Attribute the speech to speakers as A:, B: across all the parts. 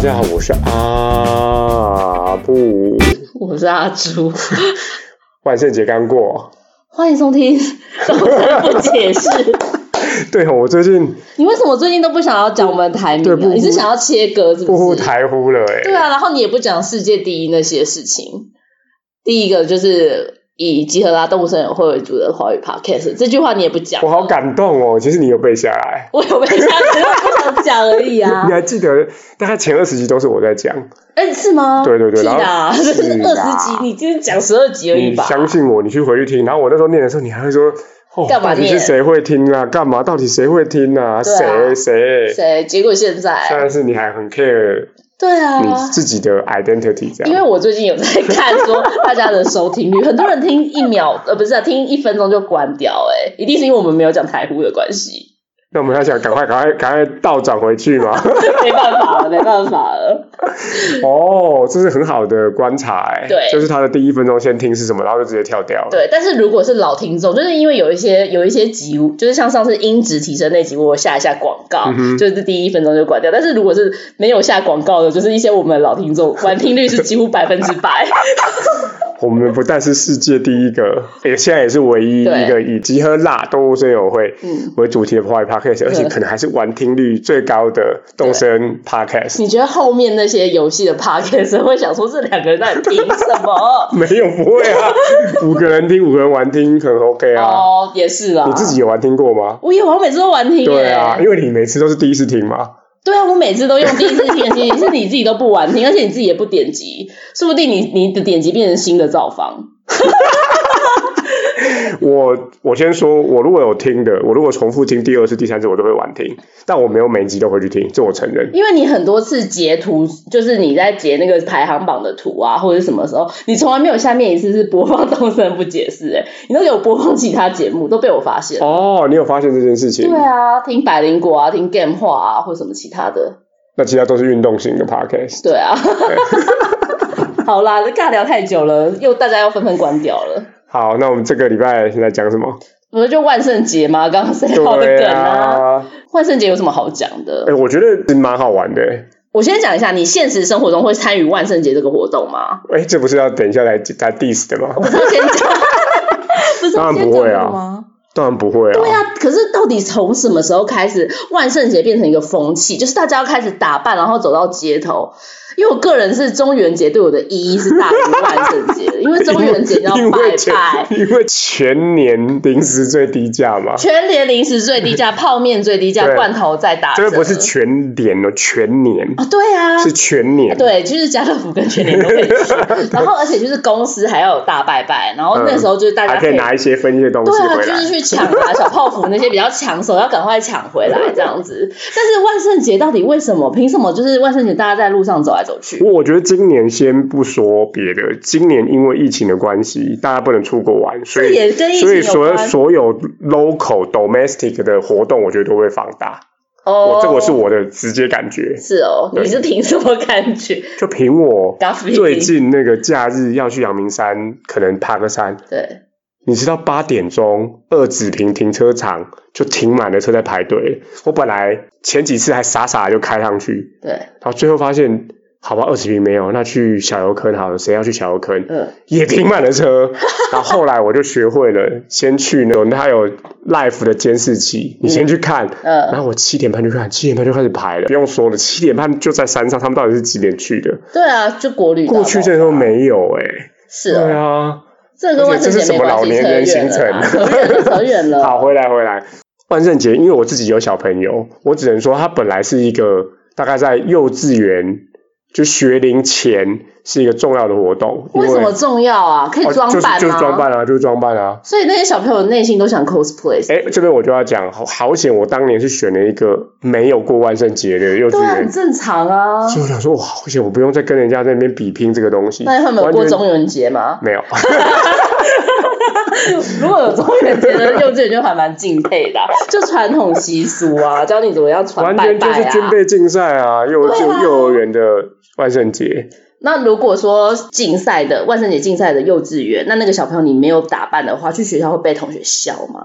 A: 家好，我是阿布。
B: 我是阿朱，
A: 万圣节刚过，
B: 欢迎收 听《周三不解释》。
A: 对我最近
B: 你为什么最近都不想要讲我们的台名、
A: 对不
B: 啊？你是想要切割是
A: 不
B: 不
A: 呼
B: 是？
A: 台呼了哎、
B: 对啊，然后你也不讲世界第一那些事情。第一个就是以集合啦动物森友会为主的华语 podcast，这句话你也不讲
A: 我，好感动哦。其实你有背下来，
B: 我有被吓死，我不想讲而已啊
A: 你。还记得大概前二十集都是我在讲，
B: 哎、是吗？
A: 对对对
B: 是的
A: 然
B: 啊，
A: 后
B: 这是
A: 是
B: 二
A: 啦
B: 十集，你今天讲十二集而已
A: 你
B: 吧？
A: 相信我，你去回去听。然后我那时候念的时候，你还会说。哦、
B: 干嘛
A: 到底是
B: 念
A: 谁会听啊？干嘛？到底谁会听啊？
B: 对
A: 谁
B: 啊
A: 谁？
B: 谁？结果现在，
A: 但是你还很 care
B: 对啊，
A: 你自己的 identity 这
B: 因为
A: 样。
B: 我最近有在看说大家的收听率，很多人听一秒，呃，不是、啊、听一分钟就关掉、欸，哎，一定是因为我们没有讲台呼的关系，
A: 那我们要想赶快赶快赶快倒转回去嘛。
B: 没办法了，没办法了。
A: 哦，这是很好的观察、欸，
B: 对
A: 就是他的第一分钟先听是什么，然后就直接跳掉了。，
B: 对，但是如果是老听众，就是因为有一些有一些集，就是像上次音质提升那集，我有下一下广告，
A: 嗯哼
B: 就是第一分钟就关掉。但是如果是没有下广告的，就是一些我们的老听众，完听率是 几乎百分之百。
A: 我们不但是世界第一个，也现在也是唯一
B: 对
A: 一个以集合辣动物森友会
B: 嗯
A: 为主题的 p o d c a s t 而且可能还是完听率最高的动森 podcast。
B: 你觉得后面那些游戏的 podcast 会想说这两个人到底凭什么？
A: 没有，不会啊， 五个人听，五个人玩听，很 OK 啊。
B: 哦，也是啦。
A: 你自己有玩听过吗？
B: 我有，我每次都玩听耶。
A: 对啊，因为你每次都是第一次听嘛。
B: 对啊，我每次都用第一次听的 心情，是你自己都不玩听，而且你自己也不点击，说不定你你的点击变成新的造访。
A: 我我先说，我如果有听的，我如果重复听第二次、第三次，我都会玩听，但我没有每一集都会去听，这我承认。
B: 因为你很多次截图，就是你在截那个排行榜的图啊，或者是什么时候，你从来没有下面一次是播放动森不解释，哎， 你都有播放其他节目，都被我发现。
A: 哦，你有发现这件事情？
B: 对啊，听百灵果啊，听 Game 话啊，或什么其他的。
A: 那其他都是运动型的 podcast。
B: 对 啊。好啦，尬聊太久了，又大家要纷纷关掉了。
A: 好，那我们这个礼拜现在讲什么？
B: 我说就万圣节嘛， 刚刚 say 好的
A: 对
B: 梗啊。
A: 啊，
B: 万圣节有什么好讲
A: 哎、
B: 的？
A: 我觉得是蛮好玩的、欸。
B: 我先讲一下，你现实生活中会参与万圣节这个活 动吗？
A: 哎、这不是要等一下来来 diss 的吗
B: 不？是要先讲，不是
A: 当
B: 要
A: 然
B: 先
A: 不会
B: 讲
A: 啊
B: 这个吗？
A: 当然不会啊。
B: 对啊，可是到底从什么时候开始，万圣节变成一个风气，就是大家要开始打扮，然后走到街头？因为我个人是中元节对我的意义是大于万圣节的，因为中元节 要
A: 因
B: 拜
A: 为前
B: 拜，
A: 因为全年零食最低价嘛，
B: 全年零食最 低价，泡面最低价，
A: 对
B: 罐头再打折。
A: 这个不是全年哦，全年、
B: 啊，对啊，
A: 是全年。
B: 对，就是家乐福跟全联都可以 去，然后而且就是公司还要有大拜拜，然后那时候就是大
A: 嗯还
B: 家
A: 可
B: 以
A: 以拿一些分一些东西
B: 对啊，
A: 回
B: 就
A: 来。
B: 是去抢啊，小泡芙那些比较抢手，要赶快抢回来这样子。但是万圣节到底为什么？凭什么？就是万圣节大家在路上走来走去，
A: 我觉得今年先不说别的，今年因为疫情的关系，大家不能出国玩，所
B: 这
A: 以
B: 也跟疫
A: 所
B: 情
A: 以
B: 有
A: 所有
B: 关。
A: 所有 local domestic 的活动，我觉得都会放大。
B: 哦
A: 我这个是我的直接感觉，
B: 是哦，
A: 对
B: 你是凭什么感觉？
A: 就凭我
B: 刚飞
A: 最近那个假日要去阳明山，可能爬个山，
B: 对，
A: 你知道八点钟二子坪停车场就停满了车在排队。我本来前几次还傻傻地就开上去，
B: 对，
A: 然后最后发现。好吧，二十平没有，那去小油坑好了。谁要去小油坑？
B: 嗯，
A: 也停满了车。然后后来我就学会了，先去那种它有 life 的监视器，你先去看，
B: 嗯
A: 然后我七点半就看，七点半就开始排了，不用说了，七点半就在山上，他们到底是几点去的？
B: 对啊，就国旅
A: 过去
B: 这
A: 这时候没有哎、
B: 是
A: 对
B: 哦，
A: 啊，
B: 这跟万圣节没关
A: 而且
B: 系，
A: 这是什么
B: 扯远了啦，扯远了，扯远 了。
A: 好，回来回来，万圣节，因为我自己有小朋友，我只能说他本来是一个大概在幼稚园就学龄前是一个重要的活动，因
B: 为什么
A: 哦
B: 重要啊？可以装扮吗？
A: 就是就是装扮啊，就是装扮啊。
B: 所以那些小朋友内心都想 cosplay，
A: 哎，这边我就要讲，好好险，我当年是选了一个没有过万圣节的幼稚
B: 对
A: 园
B: 啊，很，正常啊。
A: 所以我想说，哇，好险，我不用再跟人家在那边比拼这个东西，
B: 那他们有
A: 完
B: 过
A: 全
B: 中元节吗？
A: 没有。
B: 如果有中元节的幼稚园，就还蛮敬佩的啊、就传统习俗啊，教你怎么样 传
A: 完
B: 拜
A: 全就
B: 拜
A: 是军
B: 啊。
A: 备竞赛啊，幼
B: 对
A: 幼、
B: 啊
A: 幼儿园的万圣节，
B: 那如果说竞赛的万圣节竞赛的幼稚园，那那个小朋友你没有打扮的话，去学校会被同学笑吗？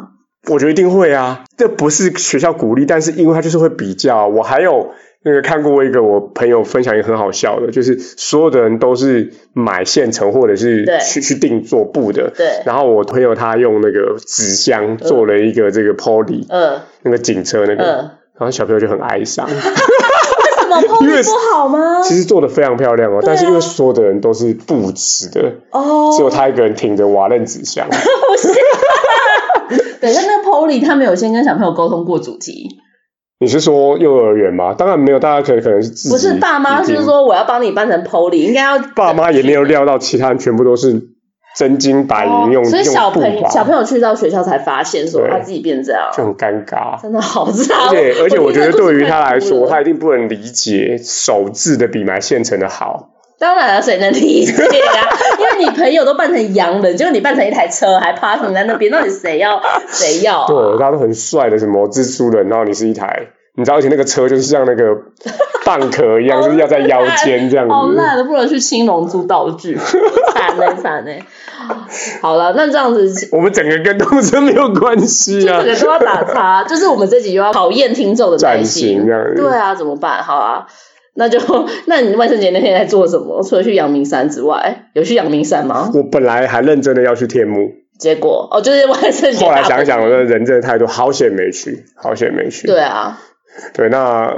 A: 我觉得一定会啊。这不是学校鼓励，但是因为它就是会比较。我还有那个看过一个我朋友分享一个很好笑的，就是所有的人都是买现成或者是
B: 对
A: 去去定做布的。
B: 对，
A: 然后我朋友他用那个纸箱做了一个这个 poly，、
B: 嗯
A: 那个警车那个，
B: 嗯，啊
A: 然后小朋友就很哀伤。
B: 为什么
A: 因为
B: pony 不 好吗？
A: 其实做的非常漂亮哦，
B: 对啊
A: 但是因为所有的人都是布纸的，
B: 哦，
A: 只有他一个人挺着瓦楞纸 箱。
B: 不是。 等一下，那 Polly 他们有先跟小朋友沟通过主题，
A: 你是说幼儿园吗？当然没有，大家可能可能是自己
B: 不是爸妈
A: 已经
B: 是说我要帮你扮成 Polly，应该要
A: 爸妈也没有料到，其他人全部都是真金白银用、
B: 哦所以
A: 用
B: 小
A: 布
B: 朋友
A: 法
B: 小朋友去到学校才发现说
A: 对
B: 他自己变这样，
A: 就很尴尬。
B: 真的好差。
A: 而且而且，我觉得
B: 听了
A: 对于
B: 都是
A: 他来
B: 太哭
A: 说，
B: 了
A: 他一定不能理解手制的比买现成的好。
B: 当然了，谁能理解啊？ 因为你朋友都扮成洋人，结果你扮成一台车，还 parking 在那边，到底谁 要谁要啊、
A: 对，哦大家都很帅的，什么蜘蛛人，然后你是一台，你知道，而且那个车就是像那个 蚌壳一样，就是要在腰间这样
B: 好
A: 子。
B: 烂的，不能去青龙租道具， 惨嘞惨嘞。好了，那这样子
A: 我们整个跟动车没有关系
B: 这
A: 啊，
B: 个都要打叉，就是我们这集又要考验听众的耐
A: 暂
B: 心
A: 行。这样子。
B: 对啊，怎么办？好啊，那就那你万圣节那天在做什么？除了去阳明山之外，有去阳明山吗？
A: 我本来还认真的要去天幕，
B: 结果哦，就是万圣 节。
A: 后来想一想，我的人真的太多，好险没去，好险没去。
B: 对啊，
A: 对，那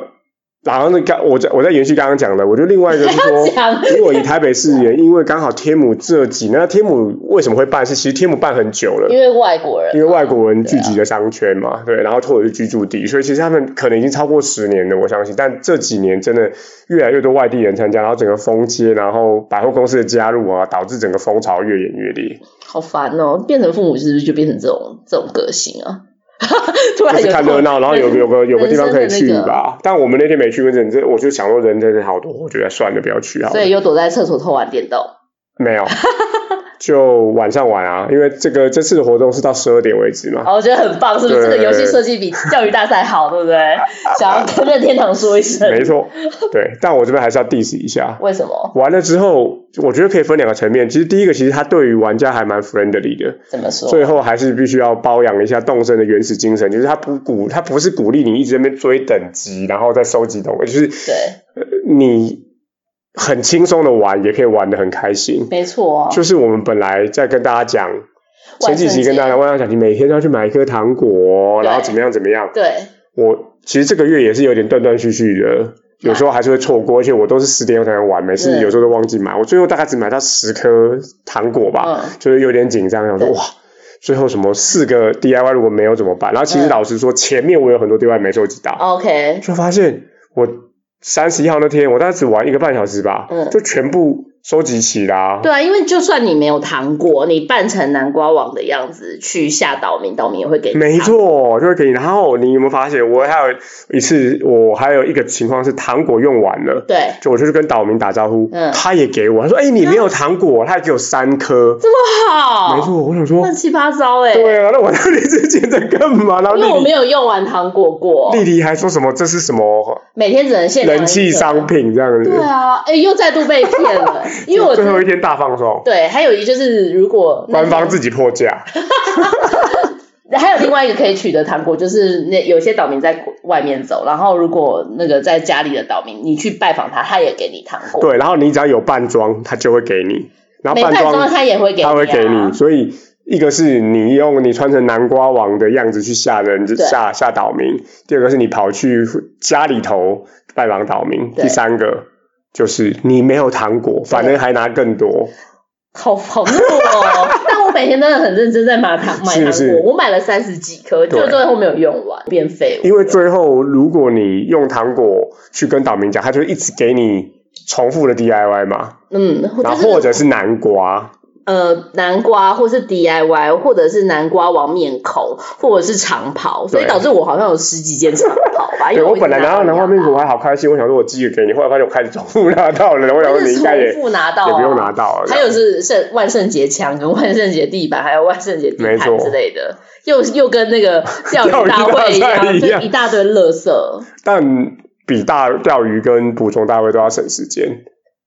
A: 然后那刚我在我在延续刚刚讲的，我觉得另外一个是说
B: 还要讲，
A: 如果以台北市而言，因为刚好天母这几，那天母为什么会办？是其实天母办很久了，
B: 因为啊外国人，
A: 因为外国人聚集的商圈嘛，对，然后或者是居住地，所以其实他们可能已经超过十年了，我相信。但这几年真的越来越多外地人参加，然后整个封街，然后百货公司的加入啊，导致整个风潮越演越 烈。
B: 好烦哦！变成父母是不是就变成这种这种个性啊？ 突然
A: 就是
B: 有
A: 看热闹，然后有个有个有个地方可以去
B: 人生的那
A: 吧。但我们那天没去，人这我就想说人真的好多，我觉得算了，不要去好
B: 所
A: 了
B: 以。又躲在厕所偷玩 电动。
A: 没有，就晚上玩啊，因为这个这次的活动是到十二点为止嘛。
B: 哦，我觉得很棒，是不是？这个
A: 对
B: 游戏设计比教育大赛好，对不对？想要跟任天堂说一声，
A: 没错，对。但我这边还是要 diss 一下，
B: 为什么？
A: 完了之后，我觉得可以分两个层面。其实第一个，其实它对于玩家还蛮 friendly 的，
B: 怎么说？
A: 最后还是必须要包养一下动森的原始精神，就是它不鼓，它不是鼓励你一直在那边追等级，然后再收集东西，就是
B: 对，
A: 你很轻松的玩，也可以玩的很开心。
B: 没错、哦。
A: 就是我们本来在跟大家讲，前几集跟大家
B: 万
A: 跟大
B: 圣
A: 家讲，你每天都要去买一颗糖果，
B: 对
A: 然后怎么样怎么样。
B: 对，
A: 我其实这个月也是有点断断续续的，有时候还是会错过，而且我都是十点我才能玩，每次
B: 对
A: 有时候都忘记买。我最后大概只买到十颗糖果吧，
B: 嗯
A: 就是有点紧张，想说
B: 对
A: 哇。最后什么四个 DIY 如果没有怎么办？然后其实
B: 嗯
A: 老实说，前面我有很多 DIY 没收集
B: 哦
A: 到，
B: OK，
A: 就发现我三十一号那天，我大概只玩一个半小时吧，
B: 嗯
A: 就全部收集齐啦。
B: 对啊，因为就算你没有糖果，你扮成南瓜王的样子去吓岛民，岛民也会给你。
A: 没，错，就会给你。然后你有没有发现，我还有一次，我还有一个情况是糖果用完了，
B: 对，
A: 就我就去跟岛民打招呼，
B: 嗯
A: 他也给我，他说：“哎、你没有糖果，他还给我三颗。
B: 好，
A: 没，错，我想说
B: 乱，七八糟哎、
A: 对啊，啊那我到底之前在干嘛？然后
B: 因为我
A: 丽
B: 没有用完糖果过，
A: 丽丽还说什么这是什么
B: 每天只能限量一个
A: 人气商。品这样子
B: 对，啊，哎、又再度被骗 了，因为我
A: 最后一天大放送，
B: 对，还有一就是如果那
A: 官方
B: 天
A: 自己破价，
B: 还有另外一个可以取得糖果，就是那有些岛民在外面走，然后如果那个在家里的岛民，你去拜访他，他也给你糖果。，
A: 对，然后你只要有扮装，他就会给你，然后
B: 没
A: 扮
B: 扮
A: 装
B: 装他也会给你、啊，
A: 他会给你，所以一个是你用你穿成南瓜王的样子去吓人，
B: 对
A: 吓吓岛民；第二个是你跑去家里头拜访岛民；
B: 对
A: 第三个就是你没有糖果，反正还拿更多。
B: 好好 怒哦！但我每天真的很认真在买糖买糖
A: 是
B: 果，
A: 是
B: 我买了三十几颗，就
A: 对
B: 最后没有用完，变废物。
A: 因为最后如果你用糖果去跟岛民讲，他就一直给你重复的 DIY 嘛，
B: 嗯，
A: 然
B: 就
A: 后或
B: 是
A: 者是南瓜。
B: 呃南瓜，或是 DIY，或者是南瓜王面孔，或者是长袍，所以
A: 对
B: 导致我好像有十几件长袍吧。因
A: 对
B: 为
A: 我
B: 一直
A: 本来拿到
B: 到
A: 南瓜
B: 牙
A: 面孔还好开心，我想说我寄个给你，后来发现我开始重复拿到了，然后我想
B: 我
A: 说
B: 是
A: 你应该也
B: 重复拿到、啊，
A: 也不用拿到了。
B: 还有是圣万圣节墙跟万圣节地板，还有万圣节地
A: 没
B: 毯
A: 错
B: 之类的，又又跟 那个钓
A: 钓
B: 鱼
A: 鱼
B: 大
A: 大
B: 会一
A: 赛
B: 样，
A: 一
B: 就
A: 样
B: 一大堆垃圾。
A: 但比大钓鱼跟捕虫大会都要省时间，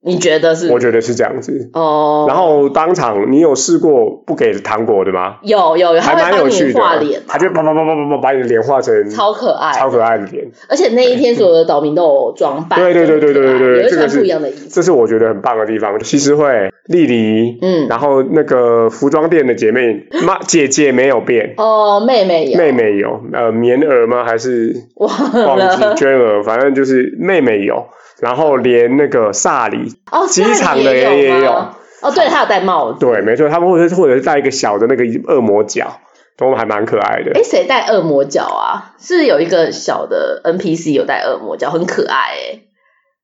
B: 你觉得是？
A: 我觉得是这样子。
B: 哦，
A: 然后当场，你有试过不给糖果的吗？
B: 有有有，
A: 还
B: 他
A: 蛮
B: 会
A: 有
B: 帮
A: 趣
B: 你
A: 的
B: 画脸，，
A: 他就啪啪啪啪啪啪把你的脸画成
B: 超可爱，
A: 超可爱的脸，
B: 而且那一天所有的岛民都有装扮，
A: 对对对对对对对
B: 也会
A: 这个
B: 穿
A: 是
B: 不一样的衣服。
A: 这是我觉得很棒的地方。西施惠、丽丽，
B: 嗯
A: 然后那个服装店的姐妹妈姐姐没有变，
B: 哦，妹妹有，
A: 妹妹有，呃，棉儿吗？还是
B: 忘
A: 忘
B: 了
A: 记娟儿？反正就是妹妹有，然后连那个萨里
B: 哦，
A: 机场
B: 那
A: 的
B: 里也
A: 也
B: 有
A: 有
B: 吗。哦，对，她有戴帽子。
A: 对，没错，他们或者是或者是戴一个小的那个恶魔角，都还蛮可爱的。
B: 哎，谁戴恶魔角啊？是有一个小的 NPC 有戴恶魔角，很可爱哎。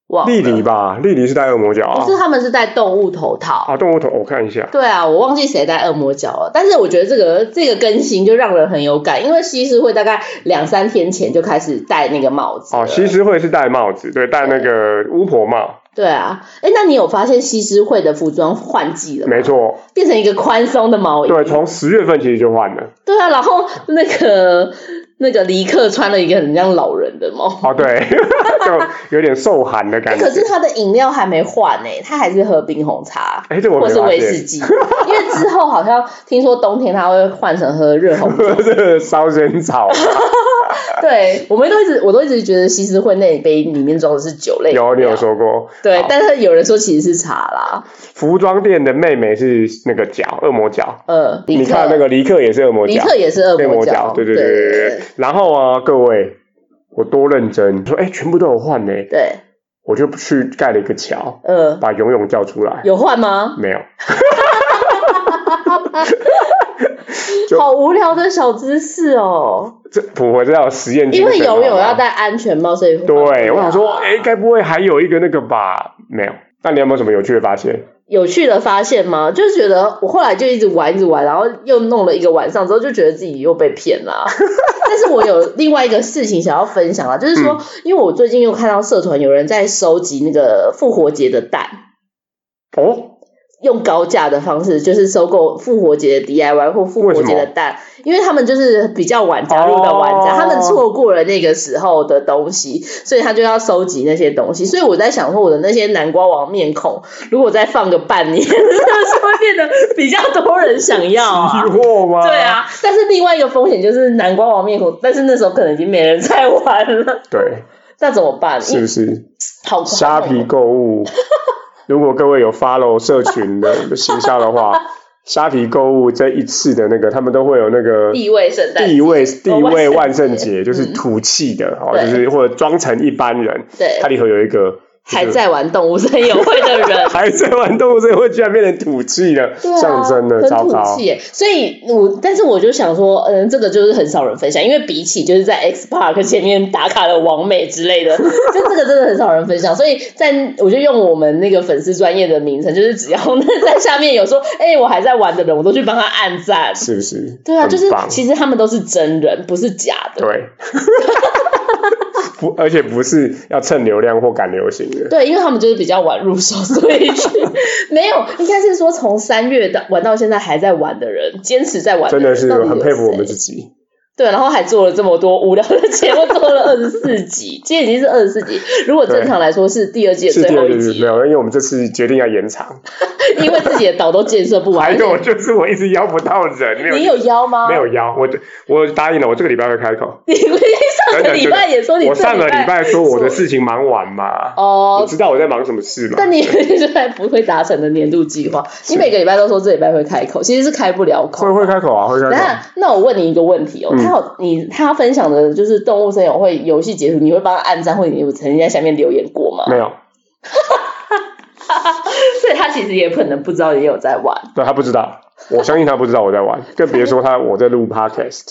B: 忘了哦
A: 丽丽，吧，丽丽是戴恶魔角啊
B: 不。是他们是戴动物头套。
A: 啊，动物头，我看一下。
B: 对啊，我忘记谁戴恶魔角了，但是我觉得这个这个更新就让人很有感，因为西施会大概两三天前就开始戴那个帽子了。
A: 哦，西施惠是戴帽子，对，戴那个巫婆帽，
B: 对啊，哎，那你有发现西施会的服装换季了吗？
A: 没，错，
B: 变成一个宽松的毛衣。
A: 对，从十月份其实就换了。
B: 对啊，然后那个那个尼克穿了一个很像老人的毛。
A: 哦，对， 就有点受寒的感觉
B: 哎可。是他的饮料还没换呢、他还是喝冰红茶，
A: 哎，这我
B: 或
A: 没
B: 是
A: 发
B: 威士
A: 现。
B: 忌，因为之后好像听说冬天他会换成喝热红酒。
A: 这个烧仙草啊
B: 对，我们都一直我都一直觉得西施会那一杯里面装的是酒类饮料，
A: 有你有说过，
B: 对
A: 好，
B: 但是有人说其实是茶啦，
A: 服装店的妹妹是那个角恶魔角，
B: 呃，
A: 你
B: 尼克
A: 看那个尼克也是恶魔
B: 尼
A: 角，
B: 克也是恶
A: 恶魔
B: 角，
A: 对对
B: 对
A: 对对对。然后啊，各位，我多认真说，哎，全部都有换呢，
B: 对，
A: 我就去盖了一个桥，
B: 呃，
A: 把游泳叫出来，
B: 有换吗？
A: 没有。就
B: 好无聊的小知识哦，
A: 这普我知道有实验精
B: 因
A: 神，
B: 为游泳
A: 好
B: 要
A: 吗
B: 戴安全帽，所以换不
A: 对，
B: 了
A: 我想说，哎，该不会还有一个那个吧？没有。那你有没有什么有趣的发现？
B: 有趣的发现吗？就是觉得我后来就一直玩，一直玩，然后又弄了一个晚上之后，就觉得自己又被骗了啊。但是我有另外一个事情想要分享啊，就是说，因为我最近又看到社团有人在收集那个复活节的蛋。
A: 哦，
B: 用高价的方式，就是收购复活节的 DIY 或复活节的蛋，因为他们就是比较晚加入的玩家，
A: 哦
B: 他们错过了那个时候的东西，所以他就要收集那些东西。所以我在想说，我的那些南瓜王面孔，如果再放个半年，是不 是会变得比较多人想 要
A: 疑
B: 啊？
A: 惑吗？
B: 对，啊，但是另外一个风险就是南瓜王面孔，但是那时候可能已经没人在玩了，
A: 对，
B: 那怎么办？
A: 是不是
B: 好哦
A: 虾皮购 物？如果各位有 follow 社群的行销的话，虾皮购物这一次的那个，他们都会有那个
B: 地位圣诞
A: 地位
B: 节
A: 地位万圣节，
B: 节
A: 就是
B: 嗯
A: 土气的哦，
B: 对
A: 就是或者装成一般人，
B: 对
A: 它。里头有一个就是
B: 还在玩动物森友会的人。
A: 还在玩动物社会，居然变成土气了，
B: 对啊
A: 象征了，
B: 很
A: 糟
B: 土
A: 糕
B: 气。耶！所以我，但是我就想说，嗯，这个就是很少人分享，因为比起就是在 X Park 前面打卡的王美之类 的，就这个真的很少人分享。所以在我就用我们那个粉丝专业的名称，就是只要那在下面有说，哎、我还在玩的人，我都去帮他按赞。
A: 是不是？
B: 对啊，
A: 很
B: 就是
A: 棒
B: 其实他们都是真人，不是假的。
A: 对， 不，而且不是要蹭流量或赶流行的，
B: 对，因为他们就是比较晚入手，所以去 没有，应该是说从三月到玩到现在还在玩的人，坚持在玩
A: 真的
B: 人
A: 是
B: 到底
A: 很
B: 有
A: 佩服我
B: 谁
A: 们自己。
B: 对，然后还做了这么多无聊的节目，做了二十四集，今天已经是二十四集。如果正常来说是第二季的
A: 是
B: 最
A: 第
B: 后
A: 二
B: 一
A: 季
B: 集
A: 没，有，因为我们这次决定要延长。
B: 因为自己的岛都建设不完。
A: 哎，
B: 而且
A: 对，我就是我一直邀不到人，没有
B: 你有邀吗？
A: 没有邀，我我答应了，我这个礼拜会开口。
B: 你。你
A: 真
B: 上个
A: 的
B: 礼拜也说你
A: 我
B: 这
A: 上个礼拜说我的
B: 说
A: 事情忙完嘛，我
B: 哦，
A: 知道我在忙什么事嘛。
B: 但你 现在不会达成的年度计划，你每个礼拜都说这礼拜会开口，其实是开不了口
A: 会。会开口啊，会开口。
B: 那那我问你一个问题哦，
A: 嗯
B: 他有你他分享的就是动物森友会游戏结束，你会帮他按赞，或者你有曾经在下面留言过吗？
A: 没有，
B: 所以他其实也可能不知道你有在玩。
A: 对他不知道，我相信他不知道我在玩，更别说他我在录 podcast，